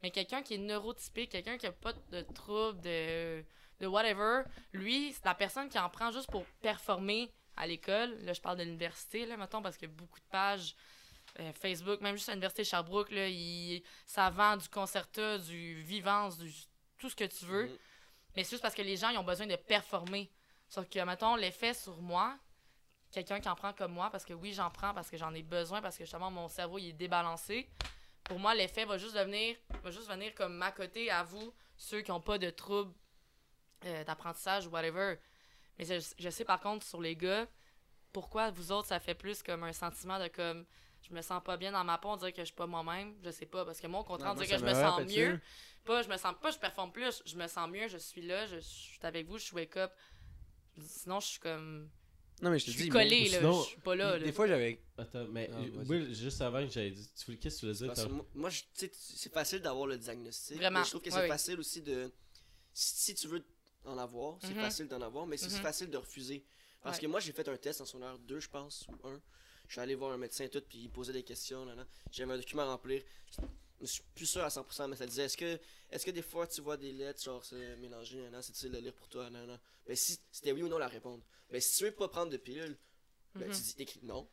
Mais quelqu'un qui est neurotypique, quelqu'un qui a pas de troubles, de, de whatever, lui, c'est la personne qui en prend juste pour performer à l'école. Là, je parle de l'université, là, mettons, parce qu'il y a beaucoup de pages euh, Facebook, même juste à l'université de Sherbrooke, là, il- ça vend du concerta, du vivance, du tout ce que tu veux. Mhm. Mais c'est juste parce que les gens, ils ont besoin de performer. Sauf que, mettons, l'effet sur moi, quelqu'un qui en prend comme moi, parce que oui, j'en prends, parce que j'en ai besoin, parce que justement, mon cerveau, il est débalancé. Pour moi, l'effet va juste devenir, va juste venir comme m'accoter à vous, ceux qui n'ont pas de troubles euh, d'apprentissage ou whatever. Mais je, je sais par contre, sur les gars, pourquoi vous autres, ça fait plus comme un sentiment de comme, je me sens pas bien dans ma peau, on dirait que je suis pas moi-même, je sais pas, parce que moi, au Ah, contraire, on dirait que je me sens mieux pas, je me sens pas, je performe plus, je me sens mieux, je suis là, je, je suis avec vous, je suis wake up. Sinon, je suis comme. Non, mais je te Je dis. suis mais- collé, ou là, sinon- je suis pas là. là. Des fois, j'avais. Attends, mais Ah, euh, vas-y. Will, juste avant que j'aille dire, tu voulais- qu'est-ce que tu voulais dire? Parce que t'as- moi, moi, je- tu sais, tu- c'est facile d'avoir le diagnostic. Vraiment, mais je trouve que ouais, c'est ouais. facile aussi de. Si, si tu veux en avoir, c'est Mhm. facile d'en avoir, mais c'est aussi Mhm. facile de refuser. Parce Ouais. que moi, j'ai fait un test en secondaire 2, je pense, ou 1. Je suis allé voir un médecin et tout, puis il posait des questions. Là, là. J'avais un document à remplir. Je suis plus sûr à 100%, mais ça disait est-ce que, est-ce que des fois tu vois des lettres, genre c'est mélangé, là, là, c'est difficile de lire pour toi, là, là. Mais si c'était oui ou non la réponse. Mais si tu veux pas prendre de pilule, ben, Mhm. tu dis écrit non.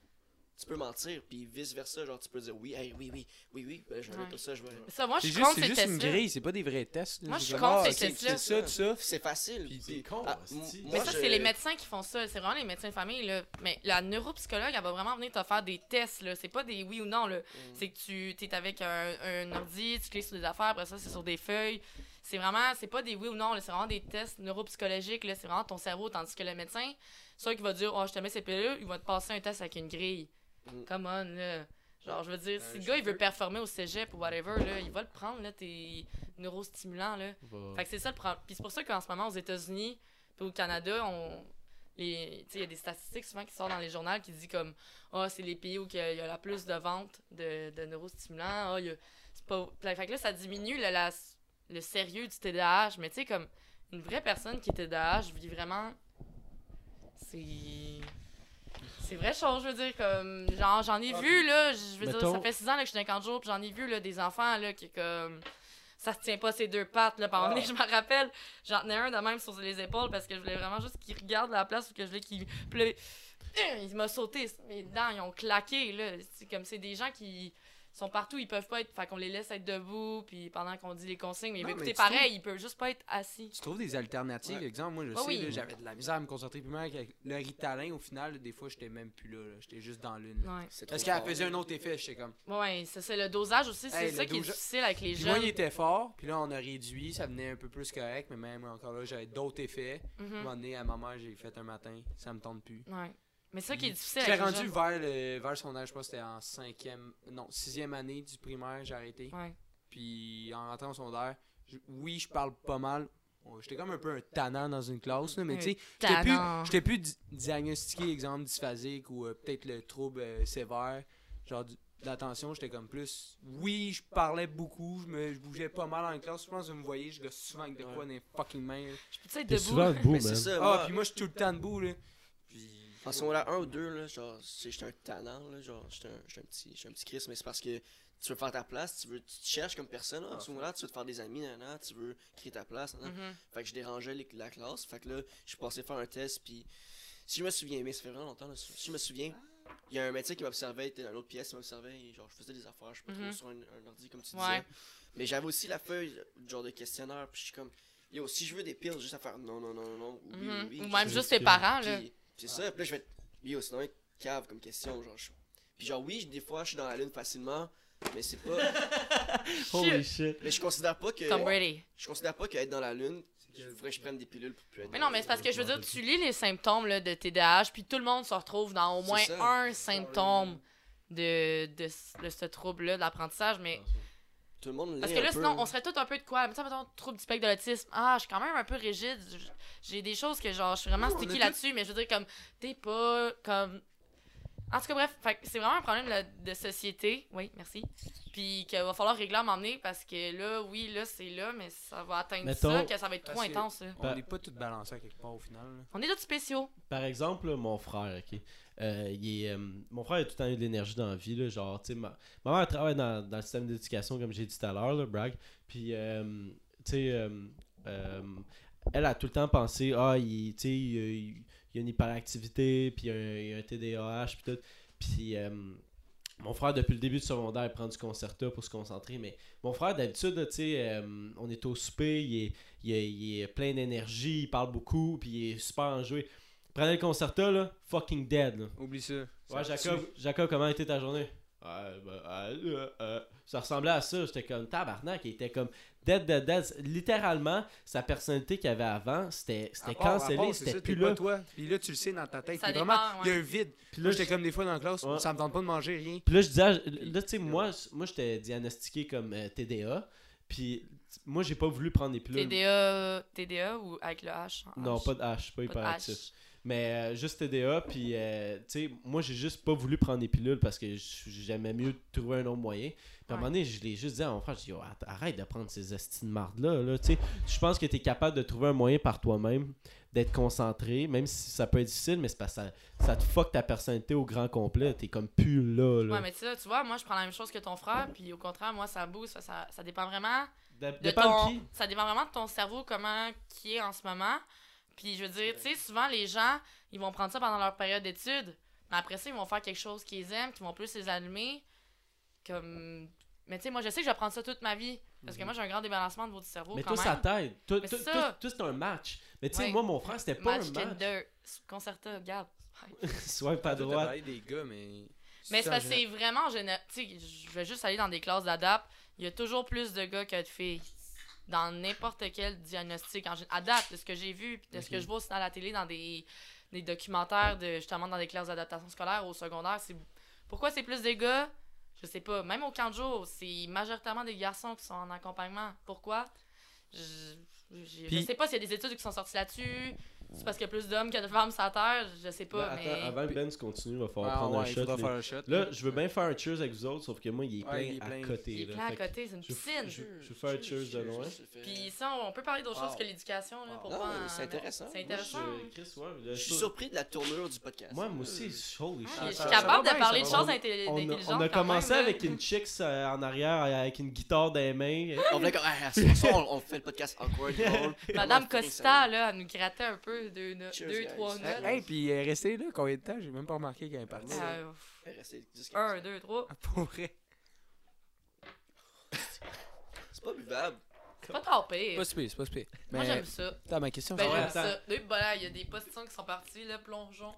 Tu peux mentir, puis vice versa, genre tu peux dire oui, hey, oui, oui, oui, oui, ben, j'avais Ouais. pas ça, je vais. Mais ça, moi, je C'est suis juste, contre c'est ces juste une tests-là. grille, c'est pas des vrais tests. là. Moi, je C'est suis comme, contre ah, ces ok, tests-là. C'est ça, tout ça. C'est facile. Puis Puis- t'es con, ah, hostie. m- Mais moi, Mais ça, je- c'est les médecins qui font ça. C'est vraiment les médecins de famille. Là. Mais la neuropsychologue, elle va vraiment venir te faire des tests. Là. C'est pas des oui ou non. Là. Mm. C'est que tu es avec un, un ordi, tu cliques sur des affaires, après ça, c'est sur des feuilles. C'est vraiment, c'est pas des oui ou non, là, c'est vraiment des tests neuropsychologiques. là, C'est vraiment ton cerveau. Tandis que le médecin, soit qui va dire, oh, je te mets ces pilules, il va te passer un test avec une grille. Mm. Come on, là. Genre, je veux dire, Ben, si le je gars, il peux. veut performer au cégep ou whatever, là, il va le prendre, là, tes neurostimulants, là. Va- Fait que c'est ça le problème. Puis c'est pour ça qu'en ce moment, aux États-Unis puis au Canada, on. les- tu sais, Il y a des statistiques souvent qui sortent dans les journaux qui disent comme Ah, c'est les pays où qu'il y a- il y a la plus de ventes de, de neurostimulants. Ah, il y a- c'est pas... Fait que là, ça diminue le, la- le sérieux du TDAH. Mais tu sais, comme une vraie personne qui est TDAH vit vraiment. C'est. C'est vrai chose, je veux dire, comme. Genre, j'en ai Ah, vu, là. Je veux dire, mettons- ça fait 6 ans là, que je suis dans 40 jours, puis j'en ai vu, là, des enfants, là, qui, comme. Ça se tient pas ses deux pattes, là. Par un moment donné, je me rappelle, j'en tenais un de même sur les épaules parce que je voulais vraiment juste qu'il regarde la place ou que je voulais qu'il. Puis là, il m'a sauté. Mes dents, ils ont claqué, là. C'est comme c'est des gens qui sont partout, ils peuvent pas être. Fait qu'on les laisse être debout, puis pendant qu'on dit les consignes, mais ils Non, veulent mais écouter tu trouves- pareil, ils peuvent juste pas être assis. Tu trouves des alternatives, Ouais. exemple, moi je Ah sais, oui. là, j'avais de la misère à me concentrer plus mal avec le Ritalin au final, là, des fois j'étais même plus là, là, j'étais juste dans l'une. là. Ouais. C'est trop Parce qu'elle fort. faisait un autre effet, j'étais comme. Ouais, ça, c'est le dosage aussi, c'est Hey, le ça qui est dosa- difficile avec les Puis moi jeunes. il était fort, puis là on a réduit, ça venait un peu plus correct, mais même encore là j'avais d'autres effets. À un Mhm. moment donné, à ma mère j'ai fait un matin, ça me tente plus. Ouais. Mais ça qui est difficile J'étais avec les rendu jeunes. vers, le, vers son âge, je pense que c'était en cinquième, non, sixième année du primaire, j'ai arrêté. Ouais. Puis en rentrant au secondaire, je- oui, je parle pas mal. Oh, J'étais comme un peu un tannant dans une classe, là, mais Un tu sais, j'étais plus, tannant. j'étais plus di- diagnostiqué, exemple, dysphasique ou euh, peut-être le trouble euh, sévère, genre du- d'attention, j'étais comme plus, oui, je parlais beaucoup, je, me, je bougeais pas mal en classe, je pense que vous me voyez, je gosse souvent avec de quoi dans les fucking mains. là. Je peux-tu être T'es debout? souvent debout, Mais man. c'est ça, Ah, moi, puis moi, je suis tout le temps debout, là. Puis... En secondaire 1 ou 2, là, genre, c'est- j'étais un talent, là, genre, j'étais un, j'étais un petit, j'étais un petit Chris, mais c'est parce que tu veux faire ta place, tu veux, tu te cherches comme personne, là, en Ah, secondaire, tu veux te faire des amis, nanana, tu veux créer ta place, nanana. Mhm. Fait que je dérangeais les- la classe, fait que là, je suis passé faire un test, puis si je me souviens, mais ça fait vraiment longtemps, là, si si je me souviens, il y a un médecin qui m'observait, il était dans l'autre pièce, il m'observait, et genre, je faisais des affaires, je suis pas trop Mhm. sur un, un ordi, comme tu Ouais. disais. Mais j'avais aussi la feuille, genre, de questionnaire, puis je suis comme, yo, si je veux des piles, juste à faire non, non, non, non, non, oui, oui, Mhm. oui, Ou je même sais juste que- tes parents, là. puis c'est ça, puis là je vais être yo, c'est vraiment cave comme question, genre je... Puis genre oui, je- des fois je suis dans la lune facilement, mais c'est pas Holy shit. mais je considère pas que euh, Tom Brady. je considère pas qu'être dans la lune, il faudrait que je prenne des pilules pour plus être. Mais dans non, la mais c'est parce lune. que je veux dire, tu lis les symptômes là, de TDAH, puis tout le monde se retrouve dans au moins C'est ça. un symptôme. de, de, de ce trouble-là, de l'apprentissage, mais Ah, Tout le monde l'est Parce que un là, peu, sinon, on serait tous un peu de quoi? Mettons, mettons, trouble du spectre de l'autisme. Ah, je suis quand même un peu rigide. J- J'ai des choses que, genre, je suis vraiment Oui, on a sticky tous- là-dessus, mais je veux dire, comme, t'es pas, comme... En tout cas, bref, fait que c'est vraiment un problème là, de société. Oui, merci. Puis qu'il va falloir régler à m'emmener parce que là, oui, là, c'est là, mais ça va atteindre ça, Mettons- que ça va être trop Parce que- intense. là. bah On n'est pas tout balancé à quelque part au final. là. On est tous spéciaux. Par exemple, là, mon frère, ok. euh, il est, euh, mon frère a tout le temps eu de l'énergie dans la vie. Là, genre, tu sais, ma, ma mère travaille dans, dans le système d'éducation, comme j'ai dit tout à l'heure, là, brag. Puis, euh, tu sais, euh, euh, elle a tout le temps pensé, ah, il, tu sais, il, y a- il y a une hyperactivité, puis il y a un, il y a un TDAH, puis tout. Puis, euh, mon frère, depuis le début du secondaire, il prend du concerta pour se concentrer. Mais mon frère, d'habitude, là, tu sais, euh, on est au souper, il est, il est- il est plein d'énergie, il parle beaucoup, puis il est super enjoué. Prenez le concerta, là, fucking dead, là. Oublie ça. Ouais, Ça Jacob, tue. Jacob, comment a été ta journée? Ouais, ben, euh, euh, euh. Ça ressemblait à ça, j'étais comme tabarnak, il était comme dead, dead, dead. Littéralement, sa personnalité qu'il avait avant, c'était À c'était part- à part, cancellé, c'est c'était ça, plus t'es pas là. toi. Puis là, tu le sais dans ta tête. Ça t'es dépend, vraiment, il y a ouais. un vide. Puis là, Là, j'étais comme des fois dans la classe, Ouais. ça me tente pas de manger rien. Puis là, je disais, à- là, tu sais, moi, moi j'étais diagnostiqué comme euh, TDA, puis moi, j'ai pas voulu prendre des pilules. TDA, TDA ou avec le H? en Non, H? pas de H, pas Pas de hyperactif. H. Mais euh, juste TDA, puis euh, tu sais, moi j'ai juste pas voulu prendre des pilules parce que j- j'aimais mieux trouver un autre moyen. Puis à un Ouais. moment donné, je l'ai juste dit à mon frère, j'ai dit, Yo, arrête- arrête de prendre ces estines mardes là, là tu sais. Je pense que t'es capable de trouver un moyen par toi-même, d'être concentré, même si ça peut être difficile, mais c'est parce que ça, ça te fuck ta personnalité au grand complet. T'es comme plus là, là. Ouais, mais tu sais, tu vois, moi, je prends la même chose que ton frère, puis au contraire, moi, ça booste. Ça, ça, ça dépend vraiment... Dé- de dépend ton- de qui. Ça dépend vraiment de ton cerveau, comment qui est en ce moment. Puis je veux dire, tu sais, souvent les gens, ils vont prendre ça pendant leur période d'études, mais après ça, ils vont faire quelque chose qu'ils aiment, qui vont plus les allumer. Comme. Mais tu sais, moi, je sais que je vais prendre ça toute ma vie, parce que moi, j'ai un grand débalancement au niveau du cerveau. Mhm. Mais quand toi, ça même. t'aide. Toi, Mais toi- ça- toi- toi, c'est un match. Mais tu sais, Ouais. moi, mon frère, c'était pas Magic un and match. Dirt, Concerta, regarde. Swipe à Toi, t'as droite. parlé des gars, mais. Mais ça, ça, je- c'est vraiment général. Tu sais, je vais juste aller dans des classes d'ADAP. Il y a toujours plus de gars que de filles. Dans n'importe quel diagnostic. En gé- ADAP, de ce que j'ai vu, puis de ce Ok. que je vois aussi dans la télé, dans des, des documentaires, de, justement dans des classes d'adaptation scolaire au secondaire. c'est Pourquoi c'est plus des gars Je sais pas. Même au camp de jour, c'est majoritairement des garçons qui sont en accompagnement. Pourquoi je, je- je Puis- sais pas s'il y a des études qui sont sorties là-dessus. C'est parce qu'il y a plus d'hommes que de femmes sur la Terre. Je sais Là, pas. mais... attends, avant que Ben se continue, il va falloir Ah, prendre ouais, il un shot. faudra les- faire un shot. Là, je veux bien faire un cheers avec vous autres, sauf que moi, il est plein, Ouais, il est plein. à côté. Il est là. plein à Fait que côté, c'est une je- piscine. je- je fais un cheers de loin. Je fais- Puis ça, on peut parler d'autre Wow. chose que l'éducation. là, pour Euh, Non, pas mais c'est en- intéressant. C'est Moi, intéressant. Je- Chris, ouais, là, Je suis ça- surpris de la tournure du podcast. Euh, Moi, moi aussi, je- holy shit. Ah, Je suis ça- ça capable va de bien, parler de ça va choses intelli- On a, intelligentes. on a quand commencé même, là. avec une chicks euh, en arrière euh, avec une guitare dans les mains. On voulait comme. Ah, ce soir, on, on fait le podcast awkward. drôle. Madame Vraiment fucking Costa, sérieux. là, elle nous grattait un peu deux, no- Cheers, deux guys. trois Hey, notes. Hey, puis il est resté là combien de temps J'ai même pas remarqué qu'il est parti. Ah. Euh, pff, Il restait 10, 15. Un, deux, trois. Ah, Pour vrai. C'est pas buvable. C'est pas trop C'est pire. Pas super, c'est pas super. Moi, Mais j'aime ça. attends, ma question, Ben, ouais, j'aime attends. ça. Deux, ben là, il y a des postillons qui sont partis, le plongeon.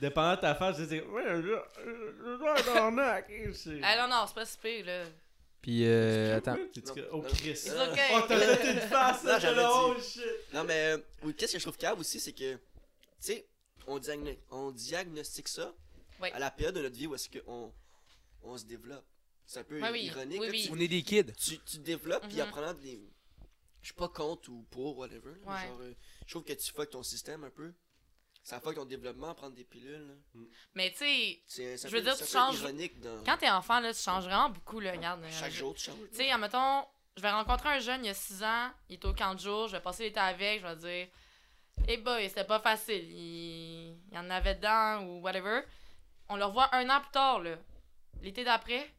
Dépendant de ta face, je disais, ouais, là, euh, là, dans le nez, ok, c'est- Ah non, non, c'est pas si pire, là. Puis euh, attends. Puis tu dis, Oh, Non. Chris. C'est Ah. Oh, ok. t'as fait une face, Non, là, j'avais là, oh dit. shit. Non, mais euh, oui, qu'est-ce que je trouve cave aussi, c'est que, tu sais, on, diagno- on diagnostique ça Ouais. à la période de notre vie où est-ce qu'on on se développe. C'est un peu Ouais, oui. ironique. Oui, là, oui. On est des kids. Tu, tu, tu te développes, puis en Mhm. prenant des. Je suis pas contre ou pour, whatever. là, Ouais. genre, euh, je trouve que tu fuck ton système un peu. Ça fuck ton développement, prendre des pilules. là. Mais tu sais, C'est c'est un Je veux peu- dire, c'est tu un peu changes- ironique dans. quand t'es enfant, là, tu changes vraiment beaucoup, là. Regarde. euh, Chaque je- jour, tu changes. Tu sais, admettons, je vais rencontrer un jeune il y a 6 ans, il est au camp de jour, je vais passer l'été avec, je vais dire, eh boy, c'était pas facile, il... il y en avait dedans ou whatever. On le revoit un an plus tard, là. L'été d'après,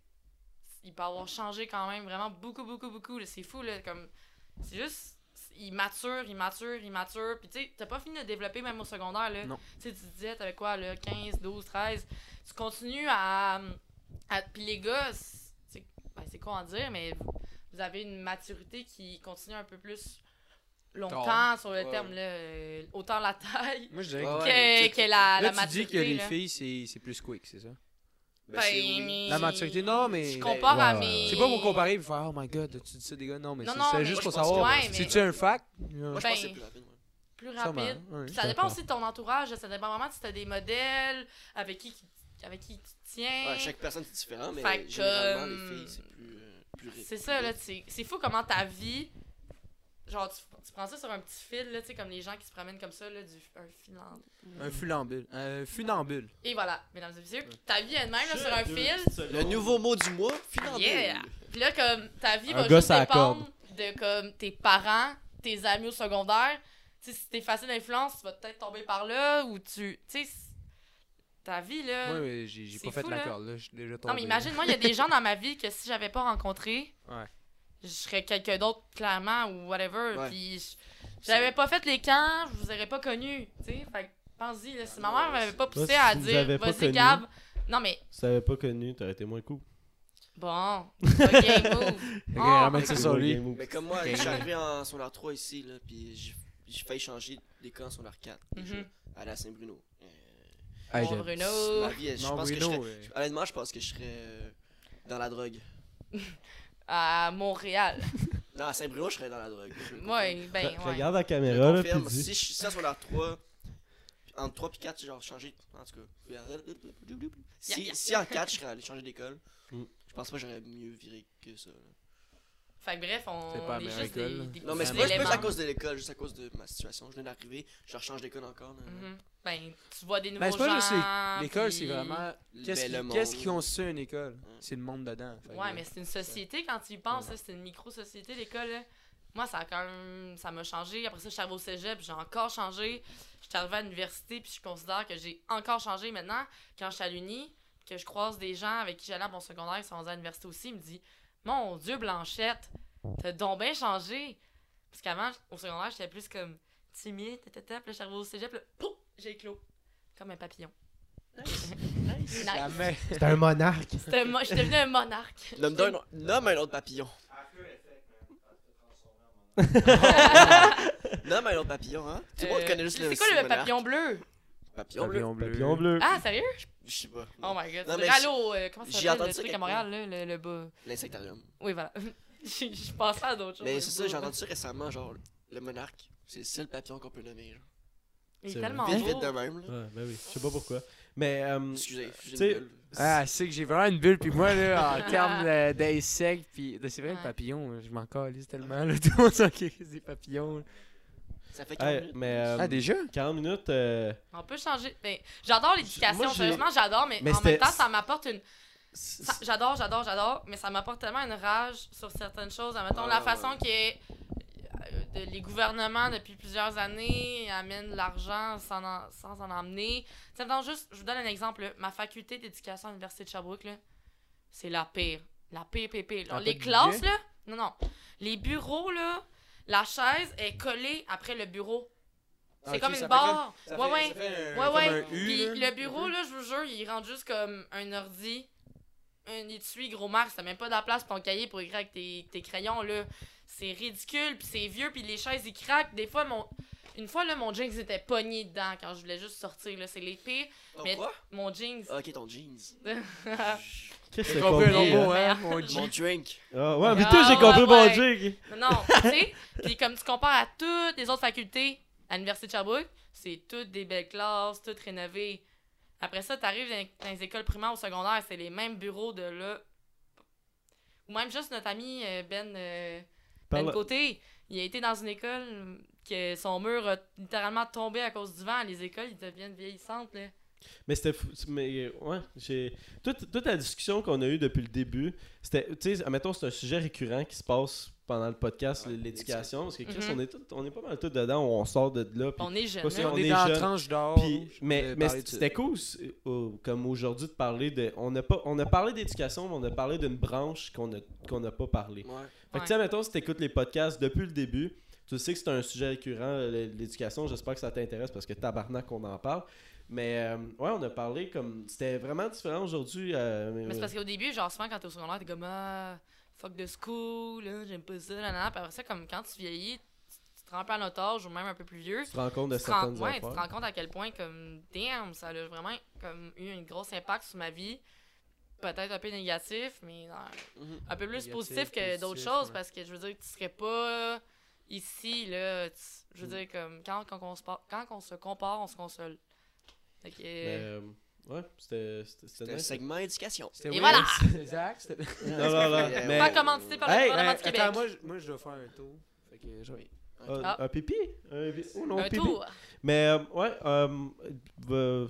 il peut avoir changé quand même vraiment beaucoup, beaucoup, beaucoup. là. C'est fou, là. Comme... C'est juste. Il mature, il mature, il mature. Puis tu sais, t'as pas fini de développer même au secondaire, là. Non. Tu sais, tu te disais, t'avais quoi, là, 15, 12, 13. Tu continues à. à- Puis les gars, c'est ben, c'est quoi en dire, mais vous, vous avez une maturité qui continue un peu plus longtemps sur le Ouais. terme, là. euh, Autant la taille Moi, je dirais Ouais, que, mais tu- que la, la Là, tu maturité. dis que les là. filles, c'est c'est plus quick, c'est ça Ben, c'est oui. La maturité, non, mais- ben, Je compare à Ouais, ouais, mes. ouais. C'est pas pour comparer et faire Oh my god, tu dis ça des gars Non, mais Non, c'est- non, c'est mais- juste Moi, pour je pense que- savoir. Ouais, mais- C'est-tu un fact ben, Moi, Moi, je pense que ben, c'est plus rapide. ouais. Plus rapide. Ça dépend aussi de ton entourage, ça dépend vraiment si t'as des modèles, avec qui avec qui tu tiens. Ouais, chaque personne est différente, mais Fait que, généralement, euh, les filles, c'est plus, euh, plus ré- C'est ça, là, tu sais, c'est fou comment ta vie. Genre, tu, tu prends ça sur un petit fil, là, tu sais, comme les gens qui se promènent comme ça, là, du un fil en- Un funambule. Un funambule. Et voilà, mesdames et messieurs, ta vie elle-même, là, sur un fil. Le nouveau mot du mois, finalement. Yeah! Puis là, comme, ta vie Un va gars, juste ça dépendre de, comme, tes parents, tes amis au secondaire. Tu sais, si t'es facile d'influence, tu vas peut-être tomber par là, ou tu... Tu sais, c- ta vie, là... Moi, ouais, j'ai j'ai Euh, c'est pas fait fou, la là. corde, là. Je suis déjà tombé. non, mais imagine, moi, il y a des gens dans ma vie que si j'avais pas rencontré, Ouais. je serais quelqu'un d'autre, clairement, ou whatever. Ouais. Puis je- j'avais pas fait les camps, je vous aurais pas connu, tu sais. Fait que, pense-y, là, si ma mère m'avait pas poussé si à vous dire, avez pas vas-y, connu. Gab... Non, mais, Si t'avais pas connu, t'aurais été moins cool. bon, ok, move. Ok, Oh. ramène ça sur lui. Game over. Mais Ben, comme moi, Ok. je suis arrivé en secondaire 3 ici, là, puis j'ai- j'ai failli changer des camps en secondaire 4, déjà, Mhm. à la Saint-Bruno. Euh, Ah, Bon, j'aime. Bruno... Ma vie, je Non, pense que je Bruno, serais- euh, Honnêtement, je pense que je serais euh, dans la drogue. à Montréal. Non, à Saint-Bruno, je serais dans la drogue. je le confirme. Ouais, ben Re- ouais. Regarde la Je le caméra, là, confirme. puis Si dis. je suis ça sur la 3, entre 3 et 4, j'ai genre changé. En tout cas. Si, Yeah, yeah. si en 4, je serais allé changer d'école, Mm. je pense pas que j'aurais mieux viré que ça. là. Fait que bref, on C'est pas est American, juste des, là. des Non, mais c'est petits pas, c'est pas éléments. juste à cause de l'école, juste à cause de ma situation. Je viens d'arriver, je rechange d'école encore. là. Mhm. Ben, tu vois des nouveaux Ben, c'est pas juste gens. L'école, Ah, puis- c'est vraiment. Qu'est-ce Ben, le qui, monde. qu'est-ce qui constitue une école C'est le monde dedans. Fait que, Ouais, mais c'est une société quand tu y penses, Ouais. là, c'est une micro-société, l'école. là. Moi, ça a quand même. Ça m'a changé. Après ça, je suis arrivée au cégep, j'ai encore changé. Je suis arrivée à l'université, puis je considère que j'ai encore changé maintenant. Quand je suis à l'Uni, que je croise des gens avec qui j'allais à mon secondaire, qui sont rendus à l'université aussi, ils me disent Mon Dieu, Blanchette, t'as donc bien changé. Parce qu'avant, au secondaire, j'étais plus comme timide, tatata, puis là, je suis arrivée au cégep, puis là, pouf, j'ai éclos. Comme un papillon. Nice. La mer- T'es un monarque. C'était mo- Je suis devenue un monarque. Nomme, d'un- nomme un autre papillon. nomme un autre papillon, hein. Tout le monde Ah. Euh, connaît juste le C'est quoi le monarque. papillon bleu? Papillon bleu. Papillon bleu. Papillon bleu. Ah, sérieux? Je sais pas. Oh my god. Non, c'est mais vrai. Allô, euh, comment ça j'ai s'appelle entendu le ça truc à quelque Montréal, là, le, le bas? L'insectarium. Oui, voilà. je je pensais à d'autres choses. Mais c'est ça, le j'ai bas. entendu ça récemment, genre, le monarque. C'est le seul papillon qu'on peut nommer. genre. Il C'est est tellement Vite, vite beau. de même, là. Ouais, ben oui, je sais pas pourquoi. Mais, euh, Mm. Excusez, j'ai T'sais, une gueule. Ah, c'est que j'ai vraiment une bulle, puis moi, là, en termes euh, d'insectes, puis c'est vrai, le Ouais. papillon, je m'en calisse tellement, là, tout le monde s'en calisse des papillons. là. Ça fait hey, 40 minutes. ah, mais euh, Ah, déjà? 40 minutes, euh, On peut changer. Ben, j'adore Moi, l'éducation, j'ai- sérieusement, j'adore, mais, Mais en c'était- même temps, ça m'apporte une. c'est- ça- J'adore, j'adore, j'adore, mais ça m'apporte tellement une rage sur certaines choses. Mettons Ouais, la Ah ouais, façon ouais. que euh, de- les gouvernements, depuis plusieurs années, amènent l'argent sans en, sans en emmener. Tu sais, mettons, juste, je vous donne un exemple. là. Ma faculté d'éducation à l'Université de Sherbrooke, là, c'est la pire. La pire, pire, pire. T'as les pas de classes, budget? là, non, non. Les bureaux, là, la chaise est collée après le bureau. Ah, C'est ok, comme ça une fait barre. Ça fait- Ouais, ouais. ça fait un- Ouais, ouais. comme un U, Puis là. le bureau, là, je vous jure, il rentre juste comme un ordi, un étui, gros max. T'as même pas de la place pour ton cahier pour écrire avec tes, tes crayons, là. C'est ridicule, puis c'est vieux, puis les chaises, ils craquent. Des fois, mon... une fois, là, mon jeans était pogné dedans quand je voulais juste sortir, là. C'est les pires. Ton Mais- quoi? Mon jeans. Ah, Ok, ton jeans. Ah. qu'est-ce que J'ai t'as compris compris? un hein? mot, hein, mon G. Mon drink. Ah, ouais, mais Ah, toi, j'ai compris ouais, mon ouais. jig. Non, non, tu sais. Puis comme tu compares à toutes les autres facultés à l'Université de Sherbrooke, c'est toutes des belles classes, toutes rénovées. Après ça, t'arrives dans, dans les écoles primaires ou secondaires, c'est les mêmes bureaux de là. Ou même juste notre ami euh, Ben, euh, ben Parle- Côté, il a été dans une école que son mur a littéralement tombé à cause du vent. Les écoles, ils deviennent vieillissantes, là. Mais c'était fou. Mais euh, ouais, j'ai. Toute, toute la discussion qu'on a eue depuis le début, c'était. Tu sais, admettons, c'est un sujet récurrent qui se passe pendant le podcast, Ouais, l'éducation. Parce que Chris, Mhm. on, est tout- on est pas mal tout dedans, on sort de là. puis- On est jeunes. Pas si là. on On est est dans jeune. la tranche d'or. Puis, je mais pourrais mais parler de ça. c'était cool, c'est- au- comme aujourd'hui, de parler de. On a, pas, on a parlé d'éducation, mais on a parlé d'une branche qu'on a- qu'on n'a pas parlé. Ouais. Fait que, tu sais, mettons, si t'écoutes les podcasts depuis le début, tu sais que c'est un sujet récurrent, euh, l'éducation. J'espère que ça t'intéresse parce que tabarnak, on en parle. Mais, euh, ouais, on a parlé comme. C'était vraiment différent aujourd'hui. euh, Mais c'est euh, parce qu'au début, genre, souvent, quand t'es au secondaire, t'es comme, ah, fuck de school, là, j'aime pas ça, là, là. Puis après ça, comme quand tu vieillis, tu, tu te rends un peu en otage ou même un peu plus vieux. Tu te rends compte de tu te rends- certaines ouais, tu te affaires. rends compte à quel point, comme, damn, ça a vraiment comme, eu un gros impact sur ma vie. Peut-être un peu négatif, mais euh, Mhm. un peu plus Négatif, positif que d'autres positif, choses ouais. parce que je veux dire, tu serais pas ici, là. tu- je veux dire, comme, quand, quand on se, par- quand on se compare, on se console. Fait que, Mais, euh, Ouais, c'était c'était- c'était C'était un nice. segment éducation. C'était Et weird, voilà! c'est- Zach, c'était- Non, non, non. Ouais, Mais, euh, Pas commandité par le Hey, gouvernement hey, du Québec. attends, moi, je- moi, je dois faire un tour. Fait que je vais- euh, Ah. Un pipi Un vi- Oh non, un pipi. tour. Mais, euh, ouais, euh, euh,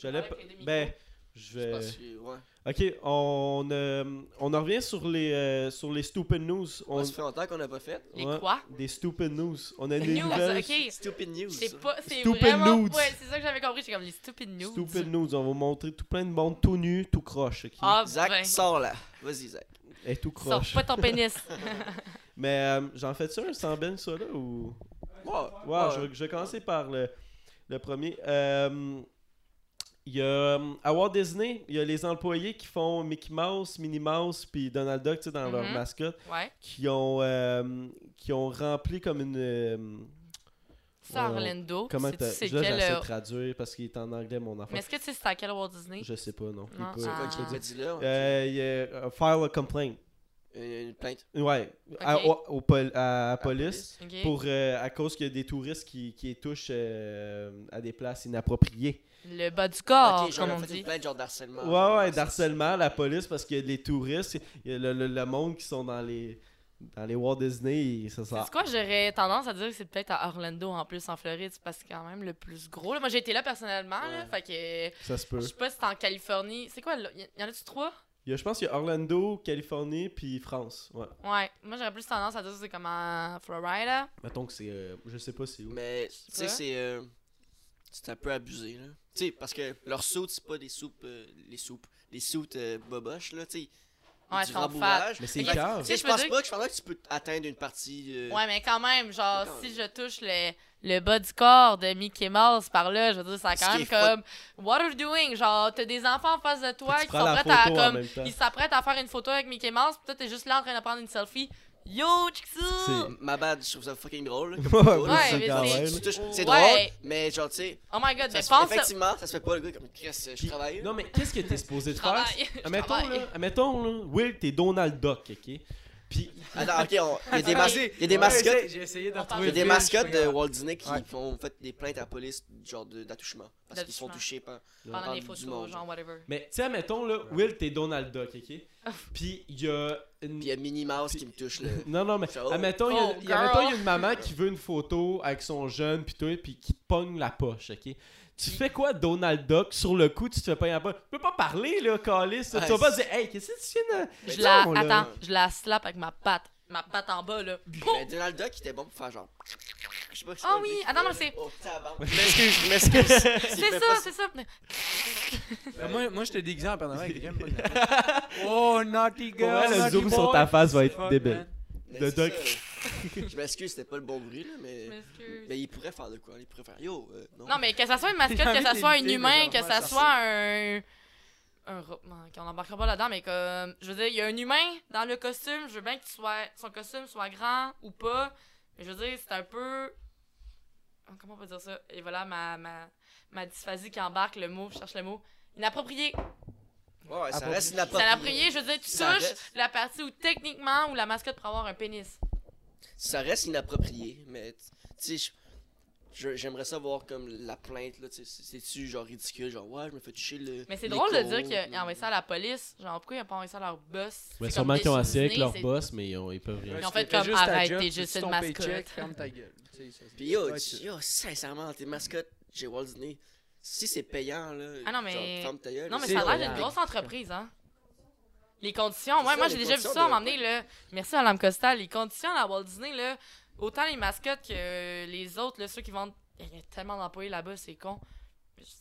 j'allais. Avec pas- les demi-gros. Ben, je Je sais vais. pas si- ouais. Ok, on, euh, on en revient sur les, euh, sur les stupid news. On, Ouais, Ça fait longtemps qu'on n'a pas fait. Les ouais, quoi? Des stupid news. On a Les des news, nouvelles. ok. Stupid news. C'est pas. C'est Stupid vraiment. nudes. Ouais, c'est ça que j'avais compris. J'ai comme les stupid news. Stupid news. On va vous montrer tout plein de monde tout nu, tout croche. ok? Ah, Zach, ben. sors là. Vas-y, Zach. Et tout Sors croche. pas ton pénis. Mais euh, j'en fais ça un sans ben ça là ou. Wow. Wow, je, vais- je vais commencer par le, le premier. Euh, Il y a euh, à Walt Disney, il y a les employés qui font Mickey Mouse, Minnie Mouse, puis Donald Duck tu sais, dans leur Mhm. mascotte, Ouais. qui ont, euh, qui ont rempli comme une. euh, Ça, Ouais, on- Orlando. comment Sais-tu t'as- Oh, c'est Là, quel. j'essaie de euh, traduire parce qu'il est en anglais, mon enfant. Mais est-ce que tu sais c'est à quel Walt Disney? Je sais pas, non. Il Non, peut- C'est quoi Ah. qui t'a dit là? Euh, il y a, euh, file a complaint. Une, une plainte. Ouais, à, au- au pol- à la à la police. Ok. Pour, euh, à cause qu'il y a des touristes qui, qui les touchent euh, à des places inappropriées. Le bas du Ah, corps, ok, genre, comme en on fait, une dit. plainte genre d'harcèlement. ouais, ouais, Ah, C'est- d'harcèlement, la police, parce que les touristes, il y a le, le- le monde qui sont dans les, dans les Walt Disney, ils- ça C'est ça. quoi, j'aurais tendance à dire que c'est peut-être à Orlando en plus, en Floride, c'est parce que c'est quand même le plus gros. là. Moi, j'ai été là personnellement, là, fait que Ça se peut. je sais pas si c'est en Californie. C'est quoi, là? y y en a-tu trois? Il y a- je pense qu'il y a Orlando, Californie, puis France. Ouais. Ouais, moi j'aurais plus tendance à dire que c'est comme en Florida. Mettons que c'est. euh, je sais pas c'est où. Mais, tu sais, Ouais. c'est. euh, c'est un peu abusé, là. Tu sais, parce que leurs soutes, c'est pas des soupes. euh, les soupes. Les soutes euh, boboches, là, tu sais. du Ouais, elles sont fat. rembourrage. Mais c'est Fait que, grave. Tu sais, Je je peux pense dire- pas que je pense pas que tu peux atteindre une partie. euh, Ouais, mais quand même, genre, Attends. si je touche le, le bas du corps de Mickey Mouse par là, je veux dire, ça a Ce qui quand même est pas- comme. What are you doing? Genre, t'as des enfants en face de toi Puis tu qui prends sont la prêts à photo en comme. même temps. Ils s'apprêtent à faire une photo avec Mickey Mouse, pis toi t'es juste là en train de prendre une selfie. Yo, Chixou! C'est- Ma bad, je trouve ça fucking drôle. là, comme Ouais, photo, là. mais Ouais, c'est mais quand c'est- même. Tu touches- C'est Ouais. drôle, mais genre, tu sais. Oh my god, ça mais se- pense. Effectivement, ça se fait pas le gars comme Chris, euh, je Puis- travaille. là. Non, mais qu'est-ce que t'es supposé de Je faire? travaille, je Admettons, travaille. là, admettons, là, Will, t'es Donald Duck, ok? Puis Attends, ok, on- il y a des, Ok. mas- il y a des mascottes. J'ai essayé de On retrouver. Il y a des le film, je suis mascottes pas de capable. Walt Disney qui Ouais. font en fait des plaintes à la police genre de- d'attouchement parce qu'ils sont touchés D'attouchement. par Pendant des du photos, monde. genre, whatever. Mais tu sais, mettons là, Will, t'es Donald Duck, ok? Puis il y a une. puis il y a Minnie Mouse qui me touche là. Non, non, mais. Oh. Admettons, il y a- Oh, il y a admettons, il y a girl. une maman qui veut une photo avec son jeune, puis tout, puis qui te pogne la poche, ok? Tu fais quoi, Donald Duck? Sur le coup, tu te fais pogner la poche. Tu peux pas parler, là, Calis. Ouais, tu vas pas c'est- dire, hey, qu'est-ce que tu viens de. Je Mais la. non, là. Attends, je la slap avec ma patte. Ma patte en bas, là. Mais Ben, Donald Duck il était bon pour faire genre je sais pas si Ah c'est oui, lui qui attends, fait, non, là. c'est- Oh, tabarnak. Je m'excuse, je m'excuse. S'il C'est fait ça, pas c'est ça. Ben, Moi, moi, je te déguisais en Père Noël avec quelqu'un. Oh, naughty Pour girl. vrai, le naughty zoom boy. sur ta face va être Fuck, débile. man. Mais de c'est Duck. ça, là. Je m'excuse, c'était pas le bon bruit là, Je mais m'excuse. mais il pourrait faire de quoi Il pourrait faire yo euh, non. Non, mais que ça soit une mascotte, J'ai que envie ça de soit un l'éviter, humain, mais que genre, ça ça soit un. Un ro- non, ok, on n'embarquera pas là-dedans, mais comme. Je veux dire, il y a un humain dans le costume, je veux bien que tu sois- son costume soit grand ou pas. Mais je veux dire, c'est un peu. oh, Comment on peut dire ça Et voilà ma, ma, ma dysphasie qui embarque le mot, je cherche le mot. Inapproprié. Ouais, ouais, ça Approprié. reste C'est inapproprié. inapproprié, je veux dire, tu Ça touches reste- la partie où techniquement où la mascotte pourrait avoir un pénis. Ça reste inapproprié, mais tu sais je- je- J'aimerais ça voir comme la plainte, là, tu sais, c'est-tu genre ridicule, genre ouais, je me fais toucher le. Mais c'est les drôle de côtes, dire qu'il a là. envoyé ça à la police. Genre, pourquoi il a pas envoyé ça à leur boss C'est Ouais, comme sûrement qu'ils ont assez avec Disney, leur c'est- boss, mais ils, ont- ils peuvent rien. Mais Ouais, en tu fait, fais comme, juste ta arrête, job, t'es tu juste fais une ton mascotte. paycheck, Ferme ta gueule. Tu sais, ça, c'est- Puis yo, Ouais, tu- tu- yo, sincèrement, tes mascottes chez Walt Disney, si c'est payant, là. Ah non, mais- genre, ferme ta gueule, Non, mais c'est- ça a C'est l'air d'une vrai. grosse entreprise, hein. Les conditions, C'est ouais, ça, moi les j'ai déjà vu conditions ça, à de- m'emmener, là. Merci à l'âme Costa. Les conditions à la Walt Disney, là, autant les mascottes que euh, les autres, là, ceux qui vendent. Il y a tellement d'employés là-bas, c'est con.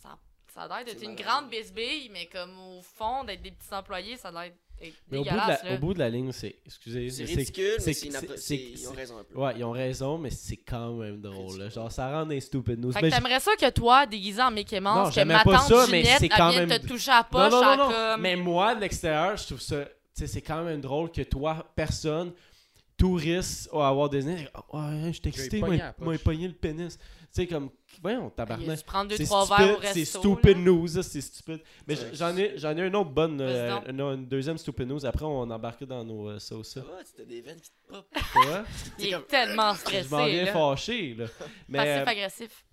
Ça, ça a l'air d'être C'est une malade. grande bisbille, mais comme au fond, d'être des petits employés, ça a l'air d'être Mais au bout, de la, dégueulasse, au là. bout de la ligne, c'est. Excusez, C'est mais ridicule, mais c'est- c'est inappro- c'est- c'est- c'est- Ils ont raison un peu. Ouais, ils ont raison, mais c'est quand même drôle. là. Genre, ça rend des stupid news. Fait Mais que t'aimerais ça que toi, déguisé en Mickey ben, Non, Mouse, que j'aimais ma pas tante ça, mais Ginette, c'est elle quand vienne même- te toucher à la Non, poche, non, non, en non. comme... Mais moi, de l'extérieur, je trouve ça. Tu sais, c'est quand même drôle que toi, personne, touriste, à avoir des nez, ouais, je t'ai J'ai excité, pogné la moi, poche. moi, j'ai pogné le pénis. Tu sais, comme, voyons, Il a tabarnak. dû prendre deux, C'est trois verres au stupide, resto. c'est stupid là. news, ça, c'est stupide. Mais Ouais. j'en ai, j'en ai une autre bonne, euh, Vas-y donc. une, une deuxième stupid news. Après, on embarque dans nos euh, sauces. Ça va, tu t'as des veines qui te pop. Toi, Il C'est est comme- tellement je m'en stressé, viens là. fâché, là. Mais, euh, Passif-agressif.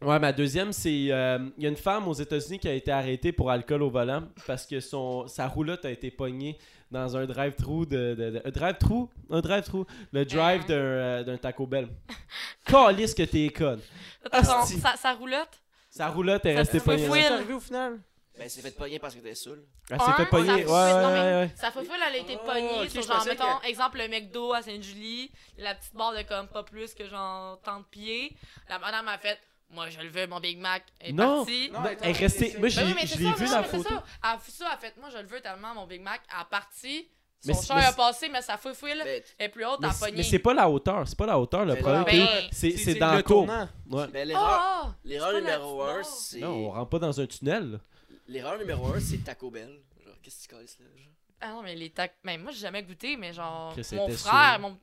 Ouais, ma deuxième, c'est. euh, Il y a une femme aux États-Unis qui a été arrêtée pour alcool au volant parce que son, sa roulotte a été pognée dans un drive-thru. De, de- de- un drive-thru Un drive-thru. Le drive Euh. d'un euh, d'un Taco Bell. Calisse que t'es conne. Son- Asti. sa, sa roulotte, Sa roulotte est Ça restée se fait pognée. fouiller. là. C'est arrivé au final. Ben, c'est fait pas rien parce que t'es saoul. Elle s'est Un, fait pogner. ça Ouais, ouais, fout- non, mais- ouais. ouais. sa fofoule, elle a été Oh, pognée ok, sur je genre, pensais mettons, exemple, le McDo à Sainte-Julie, la petite barre de comme pas plus que genre tant de pieds. La madame a fait, moi je le veux, mon Big Mac. Elle est Non. partie. Non, Non, attends, elle est restée. c'est- Moi, Ben oui, mais j'ai- c'est je ça, l'ai vu non, la mais c'est photo. Ça. Elle a fait ça, elle a fait, moi je le veux tellement, mon Big Mac. Elle a parti, son Mais c'est- char mais a c'est- passé, mais sa fofoule Ben, est plus haute, Mais elle a c'est- pogné. Mais c'est pas la hauteur. C'est pas la hauteur. Le Mais problème, non, t'es- ben, c'est c'est le dans le cours. tournant. Ouais. ben, Oh, l'erreur oh, l'erreur c'est pas numéro la petite 1, barre. c'est. Non, on rentre pas dans un tunnel. L'erreur numéro 1, c'est Taco Bell. Genre, qu'est-ce que tu colles là? genre? Ah non, mais les tacs. Mais moi, j'ai jamais goûté, mais genre. Que c'était Mon sûr. frère, mon.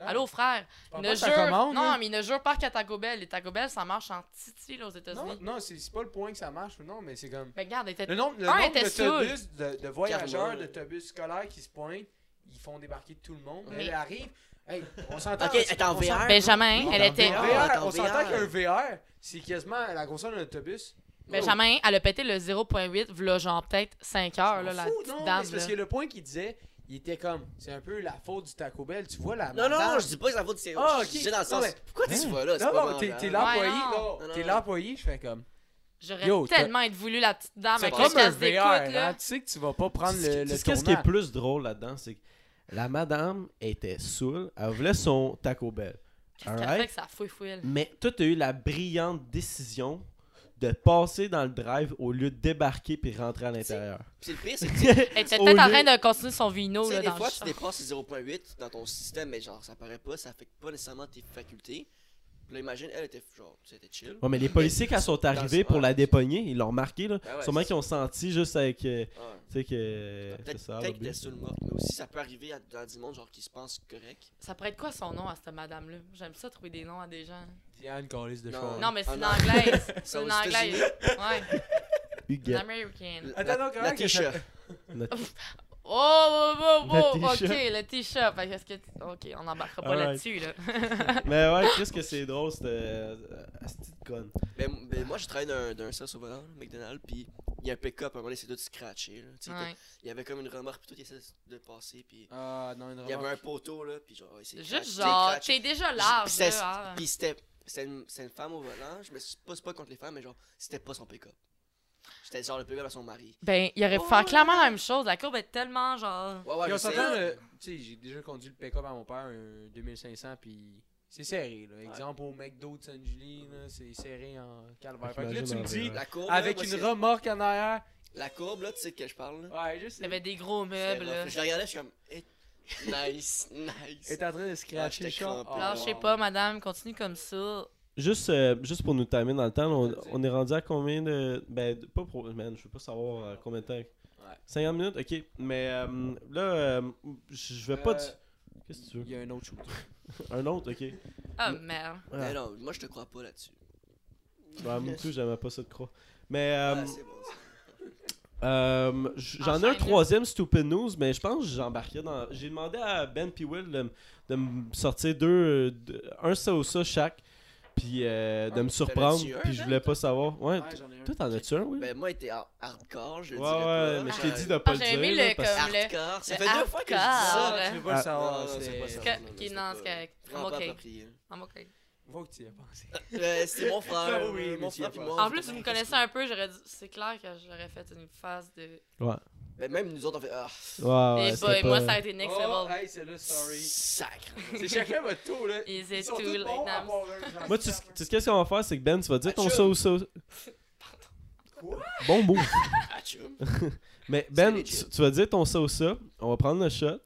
Ah. Allô, frère. Prends Ne pas ta jure. commande, non, là. mais ne jure pas qu'à Taco Bell. Les Taco Bell, ça marche en titi, là, aux Non, États-Unis. non, c'est c'est pas le point que ça marche, non, mais c'est comme. Mais regarde, Ah, elle était. Le nombre, le Un nombre était d'autobus, de, de voyageurs, Carrément. d'autobus scolaires qui se pointent, ils font débarquer tout le monde. Mais- Elle arrive. Hey, on s'entend. Ok, elle est en on s'entend- VR. Benjamin, Oh, Non, Hein? elle dans était. Ah! VR. VR, attends, on s'entend VR. qu'un VR, c'est quasiment la grosseur d'un autobus. Oh. Benjamin, elle a pété le 0.8, v'là, genre, peut-être 5 heures, On Ah, là, la fout, petite non, mais dame. c'est parce là. que le point qu'il disait, il était comme, c'est un peu la faute du Taco Bell. Tu vois la Non, non, madame- je dis pas que ça vaut de sérieux. Ah, ok. Je dis dans le Non, sens. mais- Pourquoi tu Hein? vas là? C'est Non, pas non, t'es mangeable. t'es là. l'employé, Ouais, non. là. Non, non, T'es non. l'employé, je fais comme. Yo, J'aurais t'as- tellement été voulu, la petite dame. C'est Mais pas Comme qu'est-ce un qu'elle se VR, découte, hein. là? Tu sais que tu vas pas prendre le, Tu le sais Qu'est-ce qui est tournant. plus drôle là-dedans, c'est que la madame était saoule, elle voulait son Taco Belle. Qu'est-ce qu'elle Alright. fait que ça fouille-fouille? Mais toi, t'as eu la brillante décision de passer dans le drive au lieu de débarquer puis rentrer à l'intérieur. Puis c'est le pire, c'est que tu Elle était Au peut-être en lieu- train de continuer son vino, sais, là, des dans le fois, tu char. dépasses les 0.8 dans ton système, mais genre, ça paraît pas, ça affecte pas nécessairement tes facultés. Puis là, imagine, elle était genre, tu sais, elle était chill. Ouais, mais les policiers, quand sont arrivés pour la dépogner, ils l'ont remarqué, là. Ben ouais, Sûrement c'est- qu'ils ont senti juste avec. euh, Ah. tu sais que. Euh, Peut-être C'est ça, peut-être le qu'elle était but. saoule morte, mais aussi ça peut arriver à, dans du monde genre qui se pense correct. Ça pourrait être quoi son nom à cette madame-là? J'aime ça trouver des noms à des gens. Diane Callis de Non, Chouard. Non, mais c'est Ah, une non. anglaise. Ça, C'est une aux États-Unis, anglaise. Ouais. Une Huguette. américaine. La, Attends, non, comment la que ça- t-shirt. Oh, oh, oh, oh, Le ok, t-shirt. Ah le t-shirt. Fait que est-ce que tu- Ok, on n'embarquera pas Alright. là-dessus, là. Mais ouais, qu'est-ce que c'est drôle, cette. euh, Asti de conne. Ben, ben, moi, je travaille d'un, d'un sas au volant, là, McDonald's, pis il y a un pick-up, à un moment donné, c'est tout scratché. Là. Tu sais, Ouais. Il y avait comme une remorque, puis tout, il essayait de passer, puis Ah, non, une il y avait remarque. un poteau, là, puis genre, il s'est Juste craché, genre, craché. t'es déjà large, Puis c'est- là. hein. Puis c'était, c'était, une, c'était une femme au volant, je me suis pas, c'est pas contre les femmes, mais genre, c'était pas son pick-up. C'était genre le pick-up à son mari. Ben, il aurait pu Oh. faire clairement la même chose. La courbe est tellement genre. Ouais, ouais, Puis je on sais. s'entend, le- tu sais, j'ai déjà conduit le pick-up à mon père, un 2500, puis c'est serré, là. Exemple, au McDo de Sainte-Julie, là, c'est serré en calvaire. Fait que là, tu me dis, La courbe, là, avec moi, une c'est- remorque en arrière, La courbe, là, tu sais de quelle je parle, là. ouais, juste... Il y avait des gros C'était meubles, rough. là. Je la regardais, je suis comme, eh, nice, nice. est en train de scratcher Ah, j'étais le char. crampé. Là, je sais pas, madame, continue comme ça. Juste, euh, juste pour nous timer dans le temps, on, on est rendu à combien de. Ben, de- pas pour. Man, je veux pas savoir euh, combien de temps. 50 minutes, ok. Mais euh, là, euh, je je vais pas. Euh, du- Qu'est-ce que tu veux Il y a un autre shoot. Un autre, ok. Ben, Oh merde. Mais Ah. non, moi, je te crois pas là-dessus. Bah, moi tout, j'aimais pas ça de croix. Mais euh, Ah, c'est bon, ça. euh, j- j'en ai un Enchaîne. troisième stupid news, mais je pense que j'embarquais dans. J'ai demandé à Ben puis Will de, m- de me sortir deux, euh, deux- un ça ou ça chaque, puis euh, de Ah, me surprendre, t'avais-tu un, puis je voulais pas savoir. Ouais, Ouais, t- j'en ai un. toi t'en as-tu un, Will? Ben, moi, était hardcore, je le ouais, dirais pas. ouais, mais je t'ai Ah, dit de pas Ah, le j'ai dire. aimé là, le parce que- comme le- Hardcore, ça le fait deux fois que je dis hardcore. ça. Ça, tu veux pas Ah, le savoir, non, c'est c'est... pas ça. c'est- Que- non, Ok, c'est non, pas- c'est correct. I'm Vraiment pas okay. approprié. I'm okay. Faut que tu y aies pensé. Euh, C'est mon frère. Ah oui, euh, mon mais tu y as frère puis pas. moi. En on plus, fait vous me pas connaissez un peu, j'aurais dit. C'est clair que j'aurais fait une phase de. Ouais, Mais même nous autres, on fait. Ah, ouais, ouais, Et c'était moi, pas- ça a été next Oh, level. hey, c'est là, sorry. sacre. C'est chacun votre tour, là. Is Ils it sont too tous late bons à now? avoir un genre. Moi, tu sais tu sais qu'est-ce qu'on va faire, c'est que Ben, tu vas dire ton Achou. ça ou ça. Quoi? Bon move. Ah, chum. Mais Ben, legit. tu, tu vas dire ton ça ou ça, on va prendre le shot,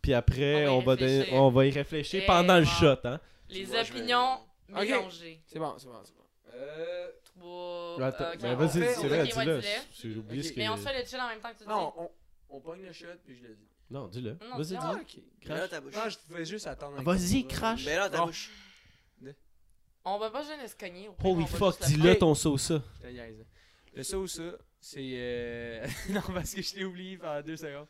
puis après On va on y va, donner- réfléchir. Eh, on va y réfléchir Et pendant le voilà. shot, hein. Les Moi, je vais- opinions Ok. mélangées. C'est bon, c'est bon, c'est bon. Euh... Trois. Attends, Oh, euh, ok, mais on- vas-y, fait- c'est ok, vrai, ouais, dis-le. dis-le. J'ai oublié Ok. ce que. Mais on se fait le chill en même temps que tu dis. Non, on, on pogne le shot, puis je le dis. Non, dis-le. Non, Vas-y, dis-le. dis-le. ok. Mets-le dans ta bouche. Non, Ah, je pouvais juste attendre. un Vas-y, coup. crache. Mets-le dans ta Non. bouche. On va pas gêner se cogner. au pire, on Holy va fuck, juste le dis-le prendre. ton ça ou ça. Je te niaise, hein. Le ça ou ça, c'est... euh, non, parce que je l'ai oublié pendant deux secondes.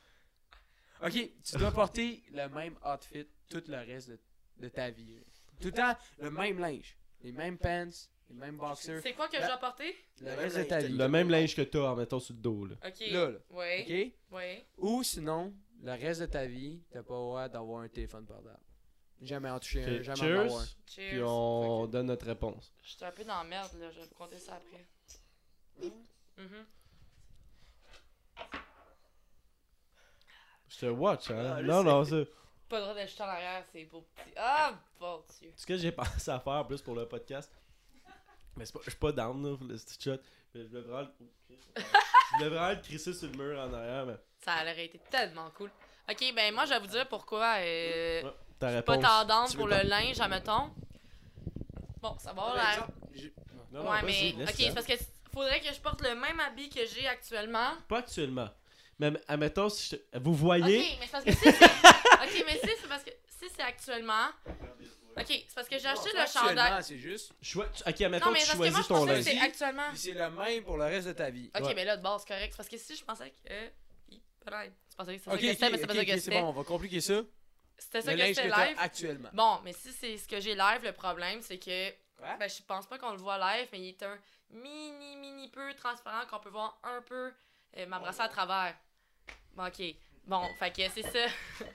Ok, tu dois porter le même outfit tout le reste de, de ta vie. là. Tout le temps, le même linge. Les mêmes pants, Les mêmes boxers. C'est quoi que La- j'ai apporté? Le reste de ta vie. Le même linge que t'as en mettant sur le dos, là. Ok. Là, là. Ouais. OK? Ouais. Ou sinon, le reste de ta vie, t'as pas le droit d'avoir un téléphone portable. Jamais en toucher un, Ok, Euh, jamais en avoir un. Cheers, puis Cheers. on Ok. donne notre réponse. J'étais un peu dans la merde, là. Je vais vous compter ça après. Mhm. Je te watch, hein? Ah, je non, sais. non, ça. Pas le droit d'acheter en arrière, c'est beau petit. Ah, bon Dieu. Ce que j'ai pensé à faire plus pour le podcast, mais c'est pas, je suis pas down là, pour le petit shot. mais Je voulais vraiment le- oh, je voulais vraiment le crisser sur le mur en arrière, mais Ça aurait été tellement cool. Ok, ben moi, je vais vous dire pourquoi. Euh... Ouais, ta Pas réponse. tendance Tu pour veux le linge, admettons. Bon, ça va, Par là. exemple, j'ai- Non, non, ouais, vas-y, mais. laisse Ok, ça. c'est parce que c- faudrait que je porte le même habit que j'ai actuellement. Pas actuellement. Mais admettons, si je te- vous voyez. Ok, mais c'est parce que si c'est. ok, mais si c'est parce que. Si c'est actuellement. Ok, c'est parce que j'ai acheté Non, le actuellement, chandail. C'est juste. Choi- tu- Ok, admettons, Non, mais tu parce que moi, choisis je ton pensais que linge. c'est actuellement. Puis c'est le même pour le reste de ta vie. Ok, Ouais. mais là, de base, c'est correct. C'est parce que si je pensais que. euh, il- peut-être. Je pensais que c'était Ok, ça que c'était, ok, mais c'est pas ok, ça que ok, c'est c'était. bon, on va compliquer ça. C'était ça Le que linge c'était que t'as live. actuellement. Bon, mais si c'est ce que j'ai live, le problème, c'est que. Quoi? Ben, je pense pas qu'on le voit live, mais il est un mini, mini peu transparent qu'on peut voir un peu euh, m'embrasser à travers. Bon, ok. Bon, fait que c'est ça.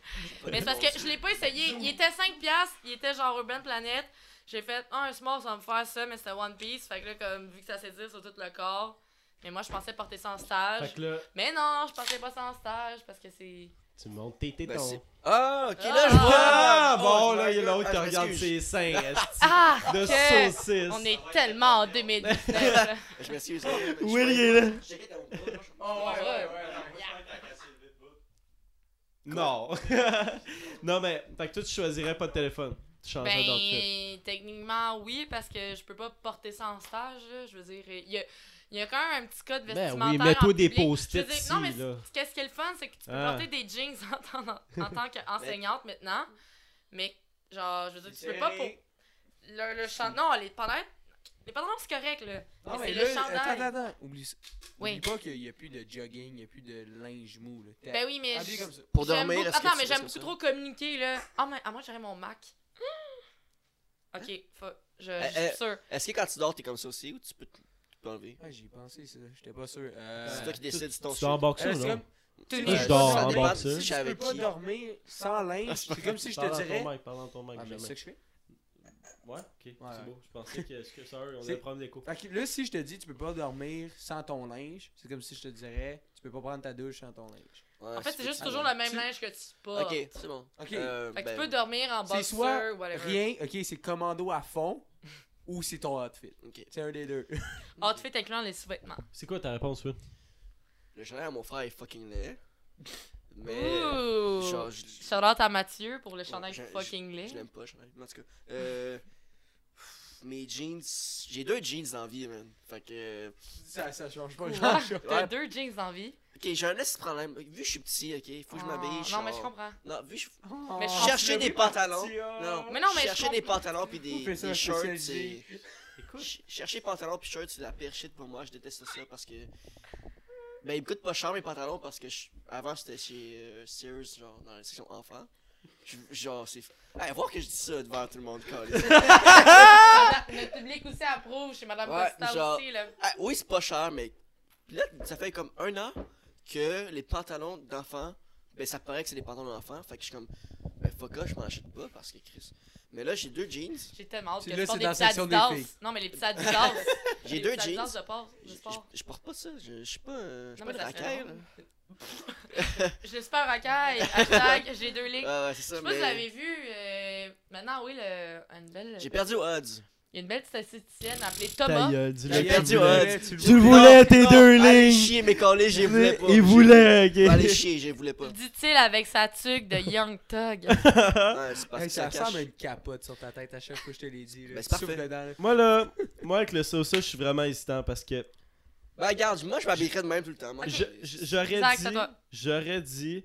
mais c'est parce que je l'ai pas essayé. Il était 5$, piastres, il était genre Urban Planet. J'ai fait, ah, un small, ça va me faire ça, mais c'était One Piece. Fait que là, comme, vu que ça s'étire sur tout le corps. Mais moi, je pensais porter ça en stage. Fait que là, Mais non, je portais pas ça en stage parce que c'est. tu montes tes tétons. Ben, c'est- Ah, ok, là, je Ah! vois. Ah, bon, Oh, je là, vois, il y a l'autre ah, qui je regarde ses m'excuse. seins, esti, Ah! de que- saucisse. On est tellement en 2019. là. Je m'excuse. Où il est là? Je checkais ta montre, moi, je- Oh, ouais, ouais, Non. non, mais, fait que toi, tu choisirais pas de téléphone. Tu changerais d'outfit. Ben, techniquement, oui, parce que je peux pas porter ça en stage. là. Je veux dire, il y a, il y a quand même un petit code Ben vestimentaire. oui, mets-toi en des public. post-it Je veux dire, Non, mais ici, là. c- qu'est-ce qui est le fun, c'est que tu peux Ah. porter des jeans en, tant- en tant qu'enseignante maintenant. Mais, genre, je veux dire, tu peux pas pour. Le, le chan- Non, les pantalons, les pantalons c'est correct, là. Non, mais mais c'est le Ah, là, chandail. attends, attends, attends, oublie ça. Oui. Oublie pas qu'il n'y a plus de jogging, il n'y a plus de linge mou. Là. T'es Ben oui, mais. habillé je- comme ça. Pour j'aime dormir, beaucoup- est-ce que Attends, tu mais fais j'aime ça? beaucoup trop communiquer, là. Ah, mais à moi, j'aurais mon Mac. Hein? Ok, faut- je, je Eh, suis eh, sûre. Est-ce que quand tu dors, t'es comme ça aussi ou tu peux te- tu peux enlever? Ah, j'y ai pensé, ça. J'étais pas sûr. Euh... C'est toi qui décides si ton Tu dors en boxeur, Euh, c'est là? comme- tu Moi, sais, je ça dors dépend en de- boxeur. Si Je je savais peux pas qui. dormir sans linge, c'est comme si je te Parle dans dirais. ton mic, parle dans ton mic, Ah, mais jamais. c'est ça que je fais. Ouais, ok, ouais. c'est beau. Je pensais que, ce que ça, on a C'est- un problème d'écho. Fait que là, si je te dis tu peux pas dormir sans ton linge, c'est comme si je te dirais tu peux pas prendre ta douche sans ton linge. En fait, c'est juste Ah, toujours ouais. le même Tu- linge que tu portes. Ok, c'est bon. Ok. Euh, Fait que ben, tu peux dormir en C'est boxer, soit whatever. Rien, ok, c'est commando à fond ou c'est ton outfit. ok. C'est un des deux. Outfit incluant les sous-vêtements. C'est quoi ta réponse, Will? Le chandail à mon frère est fucking laid. Mais. Ouh! Genre, je, Shout out à Mathieu pour le chandail je- fucking je laid. l'aime pas, le chandail. Mais En tout cas, euh, mes jeans. J'ai deux jeans dans la vie, man. Fait que. ça, ça change pas Quoi? grand chose. T'as Ouais. deux jeans en vie. Ok, j'ai un petit problème. Vu que je suis petit, ok, faut que je Ah, m'habille. Non, mais je genre- comprends. Non, vu que je Mais je Oh, cherchais tu l'as des vu, pantalons. Mathieu. Non, Mais non, mais je chercher des comprends. pantalons puis des, On fait ça des shirts, spécialisé. c'est. Ch- Chercher pantalons puis shirts, c'est de la pire shit pour moi. Je déteste ça parce que. Ben, ils me coûtent pas cher mes pantalons parce que je- avant c'était chez euh, Sears, genre dans la section enfants. Je- Genre, c'est. Hey, voir que je dis ça devant tout le monde, câlisse. Notre public aussi approuve chez Madame Ah! Ouais, Costa genre- aussi. Là. Ah, oui, c'est pas cher, mais là, ça fait comme un an que les pantalons d'enfants, ben ça paraît que c'est des pantalons d'enfants, fait que je suis comme, ben fuck off, je m'en achète pas parce que Chris. Mais là, j'ai deux jeans, J'ai tellement hâte que Là, je porte c'est des dans la petits section des Adidas. filles. Non, mais les petits Adidas. j'ai Les deux petits jeans. Adidas de sport. Je- de Je sport. je porte pas ça, je je suis pas, euh, je suis pas Non, mais de ça la fait caille, là. drôle. Je l'ai super racaille. Hashtag, j'ai deux ligues. Ah ouais, c'est Je ça, sais pas si vous mais l'avez vu. euh, Maintenant, oui, le... une belle... j'ai perdu aux odds. il y a une belle statisticienne appelée Thomas. gueule, dis-le Ta Il que gueule, tu tu dis-le. voulais. voulais, tu Tu le voulais, tes Non, deux allez lignes! chier, mes collés, je les voulais pas. Il voulait, ok. Allez chier, je les voulais pas. Dit-il avec sa tuque de Young Euh, Thug. Hein? Ouais, c'est parce Hey, que ça ça cache. ressemble à une capote sur ta tête à chaque fois que je te l'ai dit. là. Ben, c'est Tu souffles parfait. dedans, là. Moi là, moi avec le sauce, je suis vraiment hésitant parce que Ben, regarde, moi, je m'habillerais de même tout le temps. moi. je- je- j'aurais Zach, c'est dit, à toi. j'aurais dit,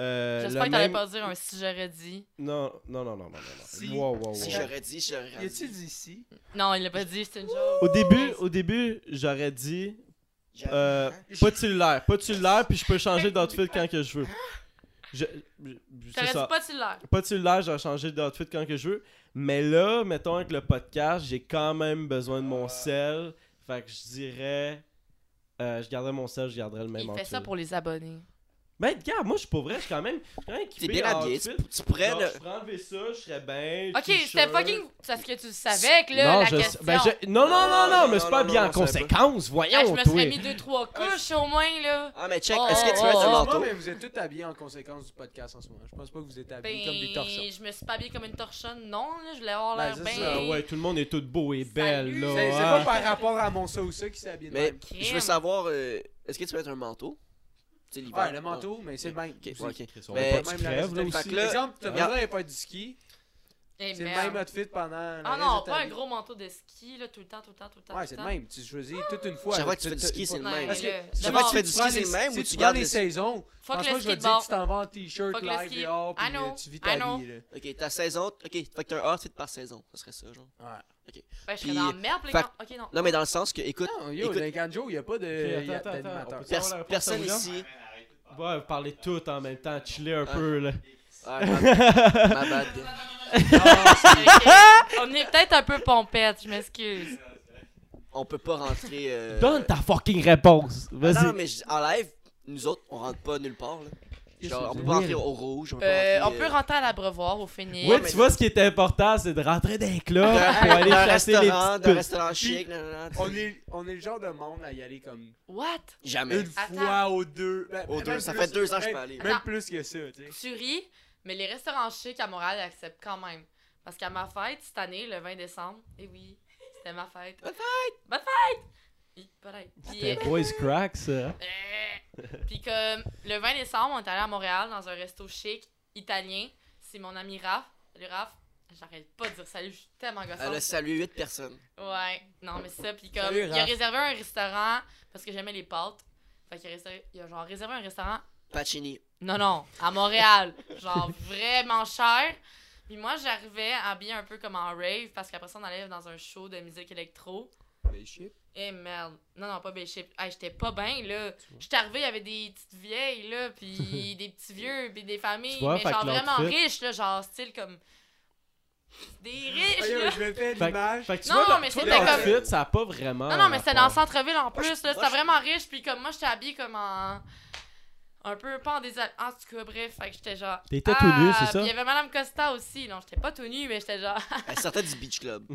euh, J'espère le que t'allais même. pas dire un si j'aurais dit. Non, non, non, non, non, non. non. Si. Wow, wow, wow. Si j'aurais dit, j'aurais Y dit. a-tu dit si Non, il l'a pas dit, c'est une joke. Au début, au début, j'aurais dit, J'aurais- euh, pas de cellulaire, pas de cellulaire, puis je peux changer d'outfit quand que je veux. Je, je- je- c'est T'aurais-tu ça. pas de cellulaire? Pas de cellulaire, j'ai changé d'outfit quand que je veux. Mais là, mettons avec le podcast, j'ai quand même besoin de mon sel. Fait que je dirais. euh, je garderais mon sel, je garderais le même Il outfit. fait ça pour les abonnés. Ben, regarde, moi, je suis pas vrai, je suis quand même. je suis quand même T'es équipé bien en habillé. Tu, outfit. tu pourrais. Genre, le- Je pourrais enlever ça, je serais bien. Ok, c'était fucking. C'est ce que tu le savais, que là, Non, la je... question. ben, je- non, non, non, non, Non, mais non, c'est pas non, bien en non, on savait pas. conséquence, Ah, je voyons, me toi. serais mis deux, trois Ah, couches au moins, là. Ah, mais check, Oh, est-ce que tu mets oh, ton oh, Non, Tantôt. manteau? mais vous êtes tous habillés en conséquence du podcast en ce moment. Je pense pas que vous êtes Ben, habillés comme des torchons. je me suis pas habillée comme une torchonne, non, là. Je voulais avoir Ben, l'air c'est bien. ça, Ah ouais, tout le monde est tout beau et belle, Salut. là. C'est c'est hein. pas par rapport à mon ça ou ça qui s'est habillé de Mais même. je veux savoir, euh, est-ce que tu mets un manteau? Tu sais, l'hiver. Ouais, le manteau, mais c'est le même. Ok, aussi. ouais, ok. On Mais- va pas Même de la crève, là raison- Fait aussi. que Par là, exemple, t'as Regarde. besoin d'être pas du ski. Eh, C'est le merde. même outfit pendant. le Ah reste non, de ta pas un vie. gros manteau de ski, là, tout le temps, tout le temps, tout le temps. Ouais, tout c'est le le temps. même. Tu choisis toute une fois. Chaque fois que Tu- tu fais du tu- ski, c'est le Ouais, même. Parce que- le- chaque le fois que bord. tu fais du prends ski, c'est les- le même si ou tu tu prends gardes les le- saisons. Fuck Franchement, le je vais te skateboard. dire que tu t'en vas en t-shirt, Fuck le live ski. et hors, Ah puis euh, non. tu vis Ah ta non. vie. là. Ok, ta saison, ok, fait que t'as un outfit par saison, ça serait ça, genre. Ben, je serais Puis- dans la merde, les Fait- gars. Ok, non. Non, mais dans le sens que, écoute, Non, yo, Écoute- dans Ganjo, il n'y a pas de. Ok, y a attends, attends, d'animateur. attends, on peut- pers- savoir Ah, la réponse à personne William? ici. Ouais, vous parlez tout en même temps, chiller un Ah. peu, là. Ah, ma ma bad. Ok. On est peut-être un peu pompette, je m'excuse. On peut pas rentrer. euh, Donne ta fucking réponse. Ah Vas-y. Non, mais je- en live, nous autres, on rentre pas nulle part, là. Genre, on peut pas rentrer au rouge, on peut Euh, pas on rentrer. peut rentrer à l'abreuvoir au fini. Oui, mais- tu vois, ce qui est important, c'est de rentrer dans les clubs pour D'un aller d'un chasser les restaurant, petites d'un putes. restaurant chic, nan, nan, nan, On est, on est le genre de monde à y aller comme What? Jamais. une Attends. fois ou deux. Ben, Aux même deux, ça plus- fait deux ans que je même- peux aller. Même Attends. plus que ça, tu sais. Tu ris, mais les restaurants chics à Montréal acceptent quand même. Parce qu'à ma fête, cette année, le 20 décembre, et oui, c'était ma fête. Bonne fête! Bonne fête! Hi, bonne fête. Puis, C'était Boys Crack, ça. euh, puis comme le 20 décembre, on est allé à Montréal dans un resto chic italien. C'est mon ami Raph. Salut Raph. J'arrête pas de dire salut, je suis tellement gossante. Elle a salué 8 personnes. Ouais, non, mais c'est ça. Puis comme, Salut, il a Raph. réservé un restaurant parce que j'aimais les pâtes. Fait qu'il a, réservé- il a genre réservé un restaurant. Pacini. Non, non, à Montréal. genre vraiment cher. Puis moi, j'arrivais habillée un peu comme en rave parce qu'après ça, on allait dans un show de musique électro. Eh merde. Non, non, pas Bishop. Hey, j'étais pas bien, là. J'étais arrivée, il y avait des petites vieilles, là, puis des petits vieux, puis des familles, Tu vois, mais fait que genre vraiment l'outfit- riches, là, genre style comme. Des Ah, riches, yo, là. je me fais Fait- l'image. Fait que tu Non, vois, mais tu vois, c'était l'outfit, ça a pas vraiment. Non, non, mais c'était dans le rapport. centre-ville en plus, là. C'était moi, je- vraiment riche, puis comme moi, j'étais habillée comme en. Un peu pas en déshabillé. En tout cas, bref, fait que j'étais genre. T'étais tout nu, Ah, c'est ça? puis Il y avait Madame Costa aussi. Non, j'étais pas tout nu, mais j'étais genre. Elle sortait du beach club.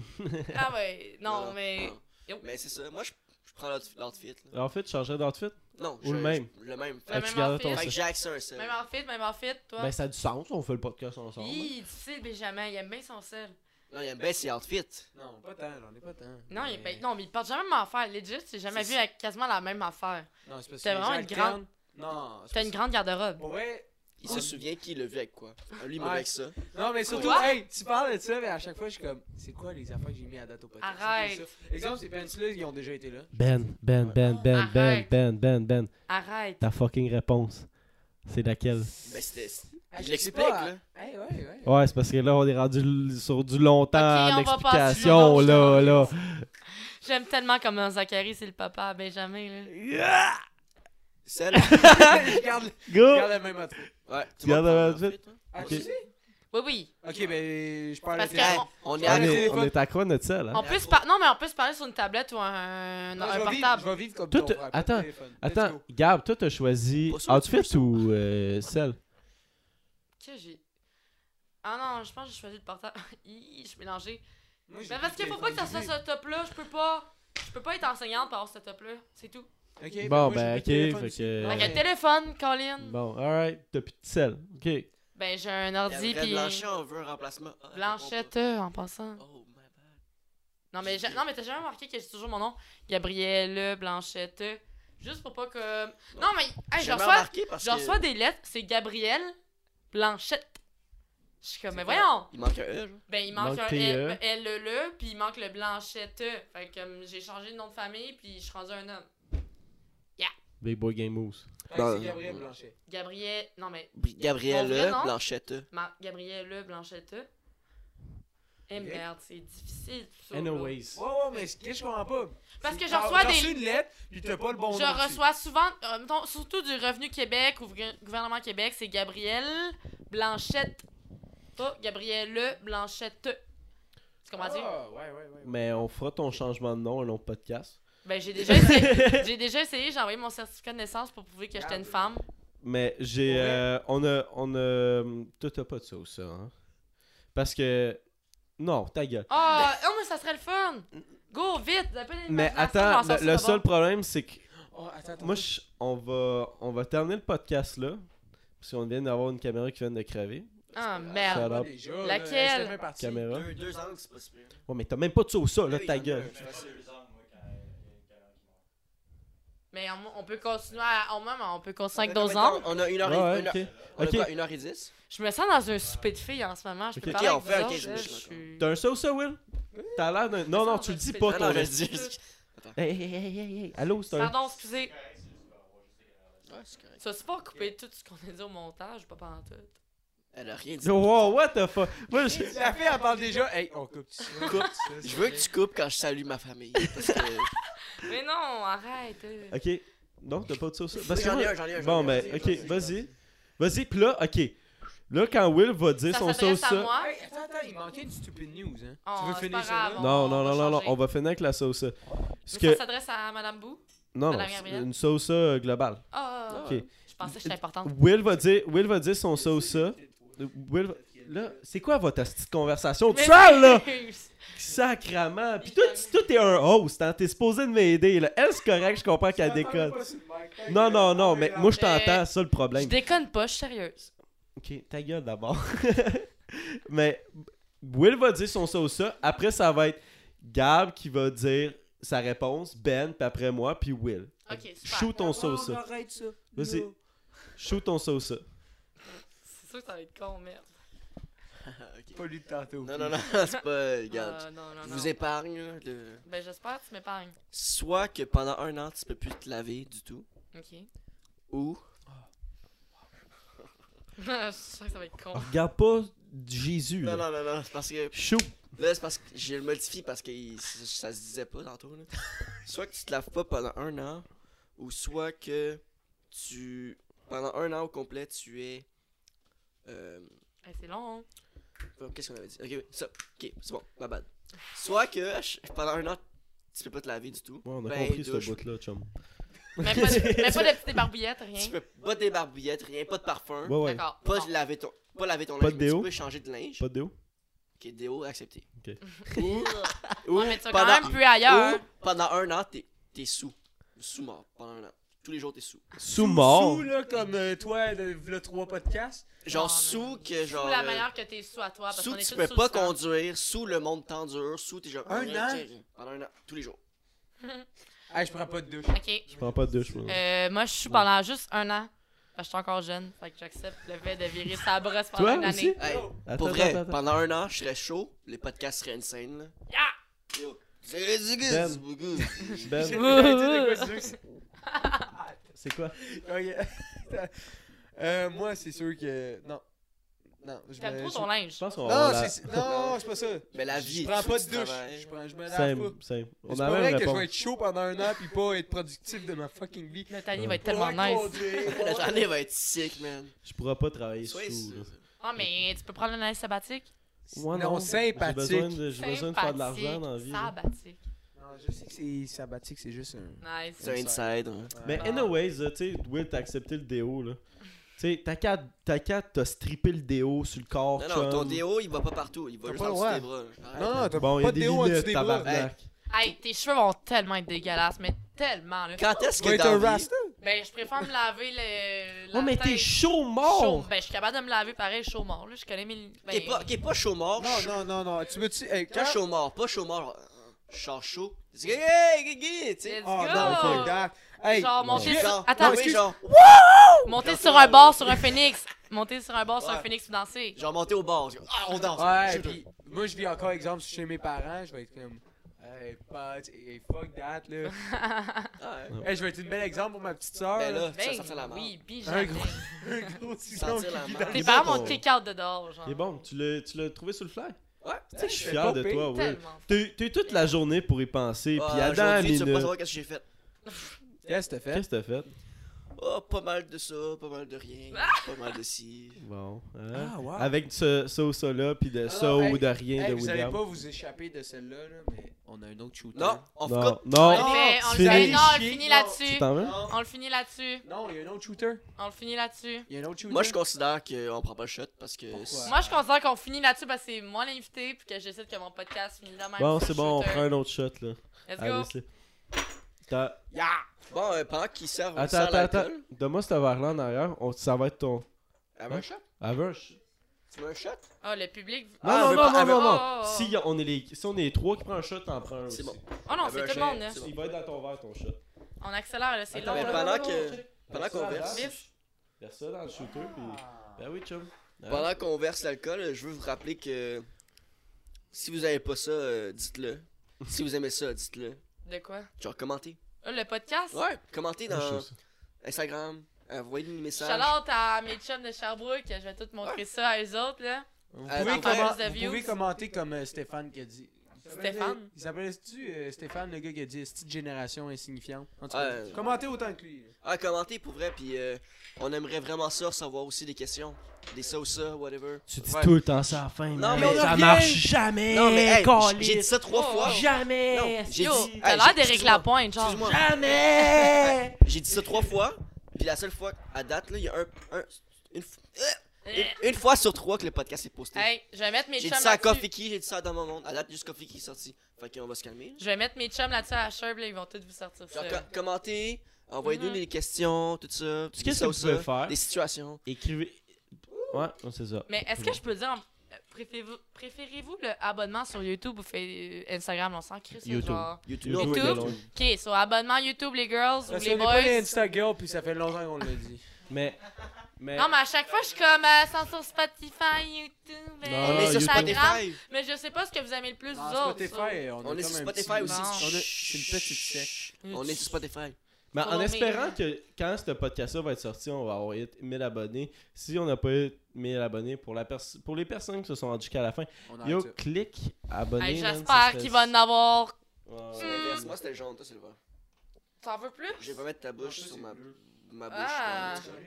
Ah ouais, non, mais. non. Mais c'est ça, moi je, je prends l'out- l'outfit. là. En fait, tu changerais d'outfit. Non, Ou le je- même. je- le même. Fait Fait que tu même garderais outfit. ton fait que j'ai accès à un seul. Même outfit, même outfit, toi. Ben, ça a du sens, on fait le podcast ensemble. Hi, tu sais, Benjamin, il aime bien son sel. Non, il aime bien ses outfits. Non, pas tant, j'en ai pas tant. Non, il, Mais- ben, non, mais il porte jamais la même affaire. Legit, j'ai jamais C'est- vu avec quasiment la même affaire. Non, c'est parce T'as que les vraiment gens une grande- alternent. Non, c'est Oh. T'as une grande parce- garde-robe. Pour vrai, Il se On- souvient qui le veut avec quoi. Lui, il me Ouais. veut avec ça. Non, mais surtout, Quoi? hey, tu parles de ça, mais à chaque fois, je suis comme, c'est quoi les affaires que j'ai mis à date au podcast? C'est bien Arrête. ça. Exemple, ces pants-là, ils ont déjà été là. Ben, Ben, Ben, Ben, Ben, Arrête. Ben, Ben, Ben, Arrête. ta fucking réponse. C'est laquelle? Mais Ben, c'était. Ah, Je sais l'explique, pas, là. ah, Hey, ouais, ouais. Ouais, c'est parce que là, on est rendu l- sur du longtemps Ok, en on va explication, passer. là, là. J'aime tellement comment Zachary, c'est le papa à Benjamin, là. Celle. je garde, je Go! garde le même outfit. Ouais. tout Tu le gardes monde prend un un outfit? outfit, hein. Ah, Ok. tu sais? Oui, oui. Ok, ben, je parle Parce de que- Hey, on- On est On est, arrivé. on est à quoi notre selle? hein? On peut se par- Non, mais on peut se parler sur une tablette ou un, Non, un je, vais vivre, portable. je vais vivre comme Tout- ton frère, pas de attends, téléphone. Let's Attends, go. Gab, toi, t'as choisi Pas sûr, outfit ou euh, selle? Que j'ai- Ah non, je pense que j'ai choisi le portable. Hi, je suis mélangée. Moi, j'ai Mais Ben, parce pris qu'il le faut pas que ça soit téléphone ce top-là. Je peux pas. Je peux pas être enseignante par avoir ce top-là. C'est tout. du début. Ok, Bon, moi, ben, j'ai ok, pris le téléphone fait aussi. que- Fait que Ouais. le téléphone, Colin. Bon, alright, t'as plus de selle. Ok. Ben, j'ai un Il y ordi avait puis Blanchet, on veut un remplacement. Ah, elle Blanchette répond euh, en passant. pas. Oh, my bad. Non, mais j'ai- non, mais t'as jamais remarqué que j'ai toujours mon nom Gabrielle Blanchette. euh, Juste pour pas que. Non, mais hey, je J'ai jamais reçois, remarqué parce je reçois que. des lettres, c'est Gabrielle Blanchette. Je suis comme, mais quoi? voyons! Il manque un E, genre. Ben, il Manque manque, un tes E. L, L, E, le, puis il manque le blanchette. Fait que euh, j'ai changé de nom de famille, puis je suis rendu un homme. Big Boy Game Moves. Fait Non. que c'est Gabriel Blanchet. Gabriel. Non, mais Gabriel Mon vrai E, nom? Blanchette. E. ma... Gabriel, le, blanchette. Eh merde, c'est difficile tout ça. là. Anyways. Ouais, ouais, mais ce que je comprends pas. Parce que T'as- je reçois t'as des- reçu une lettre, puis t'as pas le bon nom dessus. Je reçois souvent, euh, mettons, surtout du Revenu Québec ou Gouver- Gouvernement Québec, c'est Gabrielle Blanchette. Pas Gabrielle Blanchette. E. C'est comment dire? Ah, ouais, ouais, ouais. Mais on fera ton changement de nom un long podcast. Ben, j'ai déjà essayé. j'ai déjà essayé, j'ai envoyé mon certificat de naissance pour prouver que j'étais une femme. Mais j'ai. Ouais. euh, on a. On a. Toi, t'as pas de ça, ça, hein? Parce que. Non, ta gueule. Ah, oh, mais ça serait le fun! Go, vite! vous avez pas Mais d'imagination, attends, mais en le, sens, le c'est seul bon. problème, c'est que. Oh, attends, attends. Moi, je- on va. On va terminer le podcast là. Parce qu'on vient d'avoir une caméra qui vient de crever. Ah, Ça a merde. l'air- Déjà, là, Laquelle? ça fait partie. Caméra. Deux, deux angles, c'est pas si pire. Ouais, mais t'as même pas de ça, Oh, là, Oui, ta j'en ai gueule. un, euh, c'est facile. Mais on, on peut continuer à, on, même, on peut continuer avec Fait que d'autres mettons, angles. On a une heure Ouais, et une ok. heure- on a Ok. quoi, une heure et dix. Je me sens dans un souper de filles en ce moment. Je peux Ok. parler Ok, avec on fait- vous ok, autres, je là, me- je je suis- T'as un ça ça, Will? T'as l'air d'un. Non, Ça, non, on tu le va dis se pas Ah ton non, je le geste. dis. je le dis. Hey, hey, hey, hey, hey, allô, c'est un. Pardon, excusez. Ouais, c'est correct. Ça, c'est pas couper tout ce qu'on a dit au montage, pas pendant tout. Elle a rien dit. Wow, what the fuck? Moi, je- La fille, elle parle déjà. Hey, on coupe tout ça. Coupe. Ça, c'est Je veux vrai. que tu coupes quand je salue ma famille. Parce que. Mais non, arrête. euh. Ok. Non, t'as pas de sauce. Parce Oui, que j'en ai moi- un, j'en ai un, j'en ai Bon, un. ben, Vas-y, ok, vas-y, vas-y. Vas-y, pis là, ok. Là, quand Will va dire Ça son s'adresse sauce à ça. moi. Hey, attends, attends, il manquait une stupide news, hein. Ah. Oh, tu veux c'est finir pas ça grave, là? on- Non, non, va non, non, non, changer. on va finir avec la sauce. Parce Mais que. Ça s'adresse à Madame Bou. Non, non, Madame Gabrielle? une sauce euh, globale. Ah, Ok. je pensais que j'étais importante. Will va dire, Will va dire son sauce ça. Will va- Là, c'est quoi votre petite conversation de Mais- salle, là? Sacrament! Pis toi, tu- toi, t'es un host, hein? T'es supposé de m'aider, là. Elle, c'est correct, je comprends qu'elle déconne. Non, non, non, mais moi, je t'entends, ça, le Je problème. déconne pas, je suis sérieuse. Ok, ta gueule d'abord. Mais Will va dire son ça ou ça. Après, ça va être Gab qui va dire sa réponse, Ben, puis après moi, puis Will. Ok, super. Shoot ton ça ou ça. Vas-y. Shoot ton ça ou ça. C'est sûr que ça va être con, merde. Ah, Ok. Pas lui de tantôt. Non, non, non, c'est pas. euh, Regarde. Ah, non, non, Je non. vous épargne. là, le- Ben, j'espère que tu m'épargnes. Soit que pendant un an, tu peux plus te laver du tout. Ok. Ou. Je suis sûr que ça va être con. Regarde pas Jésus. Non, là. non, non, non, c'est parce que. Shoot. Là, c'est parce que je le modifie parce que il- ça ça se disait pas tantôt. Là. Soit que tu te laves pas pendant un an, ou soit que tu. Pendant un an au complet, tu es. Euh, Eh, c'est long. hein. oh, Qu'est-ce qu'on avait dit Ok, oui, ça. Ok, c'est bon, ma bad. Soit que ch- pendant un an, tu peux pas te laver du tout. Ouais, on a Ben, compris ce douche. bout-là, chum. Hein? Même pas de, même pas de petites barbouillettes, rien. Tu peux pas des barbouillettes, rien, pas de parfum, Ouais, ouais. D'accord. pas Bon. de laver ton. Pas laver ton Pas linge, de mais déo? tu peux changer de linge. Pas de déo? Ok, déo accepté. Ok. Ou, ou Ouais, mais tu vas quand pendant- même plus ailleurs. Ou pendant un an, t'es, t'es sous. Sous mort pendant un an. Tous les jours, t'es sous. Sous mort. Sous, là, comme euh, toi, le, le trois podcasts. Genre Non, sous mais- que genre. Sous la euh, meilleure que t'es sous à toi. Parce sous, qu'on est tu tous peux sous hein. pas du sang. conduire. Sous, le monde t'endure. Sous, t'es genre. Un an? Pendant un an. Tous les jours. Hey, je prends pas de douche. Ok. Je prends pas de douche, moi. Euh, moi, je suis pendant juste un an. Parce que je suis encore jeune. Fait que j'accepte le fait de virer sa brosse pendant Toi une aussi? année. Hey, Attends, pour vrai, attends, attends. pendant un an, je serais chaud. Les podcasts seraient insane. Là. Yo, c'est ridicule, Ben. c'est beaucoup. J'ai- Ben, j'ai dit de quoi, c'est sûr c'est quoi? que- Oh, yeah. Euh, moi, c'est sûr que. Non. Non, je T'aimes me- trop je- ton linge. Je pense qu'on Non, la- c'est- non, c'est pas ça. Mais la vie, Je prends tu pas fais de du douche. travail. Je, prends, je me lave pas. Same, same. C'est On a pas la même vrai que je vais réponse. être chaud pendant un an puis pas être productif de ma fucking vie. Nathalie Ouais. va être tellement nice. La journée va être sick, man. Je pourrais pas travailler Soyez sous. sous. là. Ah, mais tu peux prendre une année sabbatique? Ouais, non, J'ai besoin sympathique. de, j'ai besoin de faire de l'argent dans la vie. là. Sabbatique. Non, je sais que c'est sabbatique, c'est juste un. Nice. C'est un inside. hein. Mais Ah. anyways, là, tu sais, Will, t'as accepté le déo, là. Tu sais, t'as qu'à t'as qu'à t'as strippé le déo sur le corps, Non, non, ton chum. déo, il va pas partout. Il va T'as juste en pas le dessous droit. des bras. Arrête. Non, non, Ah, t'as Bon, il y pas a de des déo en dessous limites, des bras. tabarnak. Hey, tes cheveux vont tellement être dégueulasses, mais tellement, là. Quand est-ce Tu vas que être dans un la vie- rasta? Ben, je préfère me laver le. Oh, la mais tête. t'es chaud Chaud. mort! Ben, je suis capable de me laver pareil, chaud mort, là. Je connais mes. Ben, Qui est pas, qui est pas chaud mort. Non, Hein? chaud- non, non, non. Tu veux-tu. Hey, Quand quand chaud mort, pas chaud mort. genre, euh, Je sors chaud. Tu dis, hey, Guigui, tu sais. Let's Oh, go! non, fuck that. Hey, Genre, monter Genre, sur. genre, Attends, oui, excuse- genre, Monter Genre, sur ça, un là. bar sur un phoenix. Monter sur un bar sur un Ouais. phoenix puis danser. genre monter au bord. genre, Ah, on danse. Ouais, Shoot. puis moi je vis encore exemple chez mes parents, je vais être comme hey, pote, hey, fuck that là. Ah, ouais. hey, je vais être une belle exemple pour ma petite soeur. Ben là, ça Ben, sent la mort. oui, Un bijardin. gros- un gros silence Sentir la qui vit marde. dans Tes C'est les- parents bon, m'ont ton- kick out de dehors, genre. C'est bon, tu l'as tu l'as trouvé sur le fly? Tu sais, je suis fier de toi, Will. Tellement. T'as eu- t'as eu toute la journée pour y penser, puis à la Ah, aujourd'hui, tu vas pas minute, savoir qu'est-ce que j'ai fait. Qu'est-ce que t'as fait? qu'est-ce que t'as fait? Oh, pas mal de ça, pas mal de rien, Ah! pas mal de ci. Bon, hein? Ah, wow. Avec ce, ça ou ça là, puis de Ah, ça hey, ou de rien Hey, de vous allez William. pas vous échapper de celle-là, là, mais on a un autre shooter. Non, on Non, fera On non, le fait, on le tu fait. finis. Non, on le finit Non. tu là-dessus. t'en veux? Non, On le finit là-dessus. non, il y a un autre shooter. On le finit là-dessus. Il y a un autre shooter. Moi, je considère qu'on prend pas le shot parce que. Pourquoi? c'est- Moi, je considère qu'on finit là-dessus parce que c'est moi l'invité puis que j'essaie que mon podcast finisse la même. Bon, sur c'est bon, on shooter. prend un autre shot, là. Let's Allez, go. c'est... T'as- Yeah! Bon, euh, pendant qu'ils servent, Attends, attends, attends. Donne-moi ce verre-là en arrière, on... ça va être ton... Elle veut un shot? Average. Ah, Tu veux un shot? Ah, le public. Non, Ah, non, elle veut non, pas- non, elle non, veut- non. Oh, oh, oh. Si, y a- on est les... si on est les trois qui prend un shot, t'en prends un C'est aussi. bon. Oh non, Elle c'est veut tout le un monde. chien, là. c'est bon. Il va être dans ton verre, ton shot. On accélère, là, c'est long. Attends, mais là. pendant non, que- check. pendant Verse qu'on ça, verse. verse. Verse ça dans le shooter, puis... Ah. Ben oui, chum. Hein? Ouais. Pendant qu'on verse l'alcool, je veux vous rappeler que si vous avez pas ça, euh, dites-le. si vous aimez ça, dites-le. De quoi Genre, commentez. Ah, Le podcast Ouais, commentez Je dans sais ça. Instagram, envoyez-nous des messages. Charlotte à mes chums de Sherbrooke, je vais tout montrer ça à eux autres, là. Vous Euh, pouvez, on comment- parle de vous pouvez views. commenter comme euh, Stéphane qui a dit. Il s'appelle- Stéphane? Il s'appelait-tu euh, Stéphane, le gars qui a dit petite génération insignifiante? En tout Ouais, cas, euh, commentez autant que lui. Ah, commentez pour vrai, puis euh, on aimerait vraiment ça, recevoir aussi des questions. Des ça ou ça, whatever. Tu dis Ouais. tout le temps ça à la fin, man. mais- ça Rien. marche jamais. Non, mais hey, j- calice. j'ai dit ça trois Oh, fois. Jamais. Non, j'ai Yo, dit- t'as hey, l'air j'ai- d'Éric excuse-moi. Lapointe, genre. Excuse-moi. Jamais. J'ai dit ça trois fois, puis la seule fois à date, là, il y a un, un- une, f- Eh. une, une fois sur trois que le podcast est posté. Hey, je vais mettre mes j'ai chums dit ça à là-dessus. Coffee Key, j'ai dit ça dans mon monde. À date, juste Coffee Key est sorti. Fait qu'on va se calmer. Je vais mettre mes chums là-dessus à Sherb, là, ils vont tous vous sortir ça. Genre, co- commentez, envoyez-nous Mhm. des questions, tout ça. Qu'est-ce des ça que ou vous ça, pouvez faire? Des situations. Écrivez... Ouais, non, c'est ça. Mais est-ce que je peux dire, en- euh, préférez-vous préférez-vous le abonnement sur YouTube ou fait- euh, Instagram, on s'en crie, ça, YouTube. genre. YouTube. Yo, YouTube. yo, yo, yo. Ok, so abonnement YouTube, les girls ou Parce les qu'on est boys. pas les Insta girls, puis ça fait longtemps qu'on l'a dit. Mais... Mais... Non, mais à chaque fois, je suis comme euh, sans sur Spotify, YouTube, euh, Non, On est sur YouTube. Instagram. Spotify. Mais je sais pas ce que vous aimez le plus, Ah, vous autres. so- Spotify, on, On a est comme sur un Spotify petit- aussi. Non. On a- C'est une petite sec. On est sur Spotify. Mais Faut en nommer, espérant hein. que quand ce podcast-là va être sorti, on va avoir hit 1000 abonnés. Si on n'a pas eu 1000 abonnés, pour, la pers- pour les personnes qui se sont rendues jusqu'à la fin, On yo, arrête ça. clique, abonnez. Hey, man, ça J'espère serait- qu'il va Hmm. en avoir. Ouais, ouais. Inverse, Moi, c'était le jaune, toi, c'est le vert. T'en veux plus? Je vais pas mettre ta bouche sur ma, ma bouche. Ah. je pense.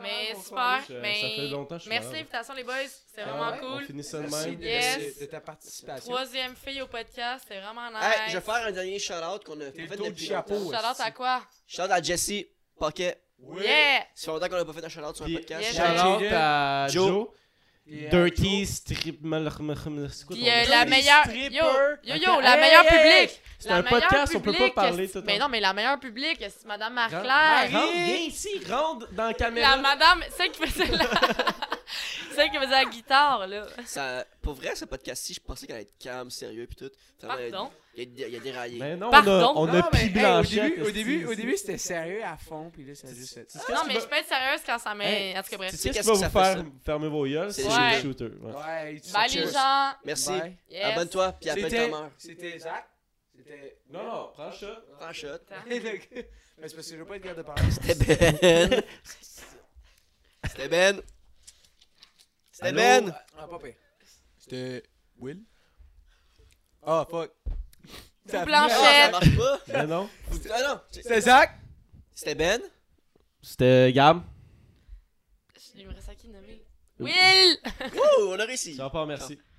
Mais euh, Ça super. fait Mais longtemps que je suis merci là. de l'invitation, les boys. C'est Ah vraiment ouais? On cool. finit ça de Merci même. de, Yes. de ta participation. Troisième fille au podcast, c'est vraiment nice. Hey, je vais faire un dernier shout-out qu'on a T'es fait le taux depuis du chapeau, longtemps. ouais. Shout-out à quoi? Shout-out à Jesse Pocket. Yeah! C'est longtemps qu'on a pas fait un shout-out sur un Puis, podcast. yes, shout out Jaden. à Joe. Joe. Et, euh, Dirty Strip. C'est quoi ton Puis euh, nom? la Dirty meilleure. Stripper. Yo, yo, yo, Ok. la Hey, meilleure hey, hey. public! C'est La un meilleure podcast, on peut pas public, parler est-ce- tout le Mais temps. non, mais la meilleure public, c'est Madame Rentre- Marclair. Rentre, viens ici, rentre dans la La caméra. madame, celle qui faisait la. celle qui faisait la guitare, là. Ça, pour vrai, ce podcast-ci, je pensais qu'elle allait être calme, sérieux, pis tout. Finalement, elle- Pardon. Il a, dé- il a déraillé. Ben, Mais non, Pardon. on a, on non, a mais, pris hey, au Blanchette, début, au esti, début, au ici. début, c'était sérieux à fond, puis là, ça a juste fait. Qu'est-ce Non, qui mais va- je peux être sérieuse quand ça m'est. Hey, En tout cas, bref. Tu sais sais qu'est-ce qu'est-ce qui que va ça vous fait, faire fermer vos gueules? C'est Ouais. le shooter. ouais. Ouais, tu- Bye, Cheers. les gens. Merci. Bye. Yes. Abonne-toi, puis appelle ta C'était, mère. c'était Zach. C'était. Non, non, prends ça. Prends un shot. Mais c'est parce que je veux pas être garde de parole. C'était Ben. C'était Ben. C'était Allô? Ben. Ah, pas pire. C'était. Will? Ah, fuck. Ça- Ah, Blanchet. ça Shit. marche pas. Mais non. Ah non. C'était Zach! C'était Ben. C'était Gab. Il me reste à qui de nommer? Will! Wouh, on a réussi. Tu vas pas remercier.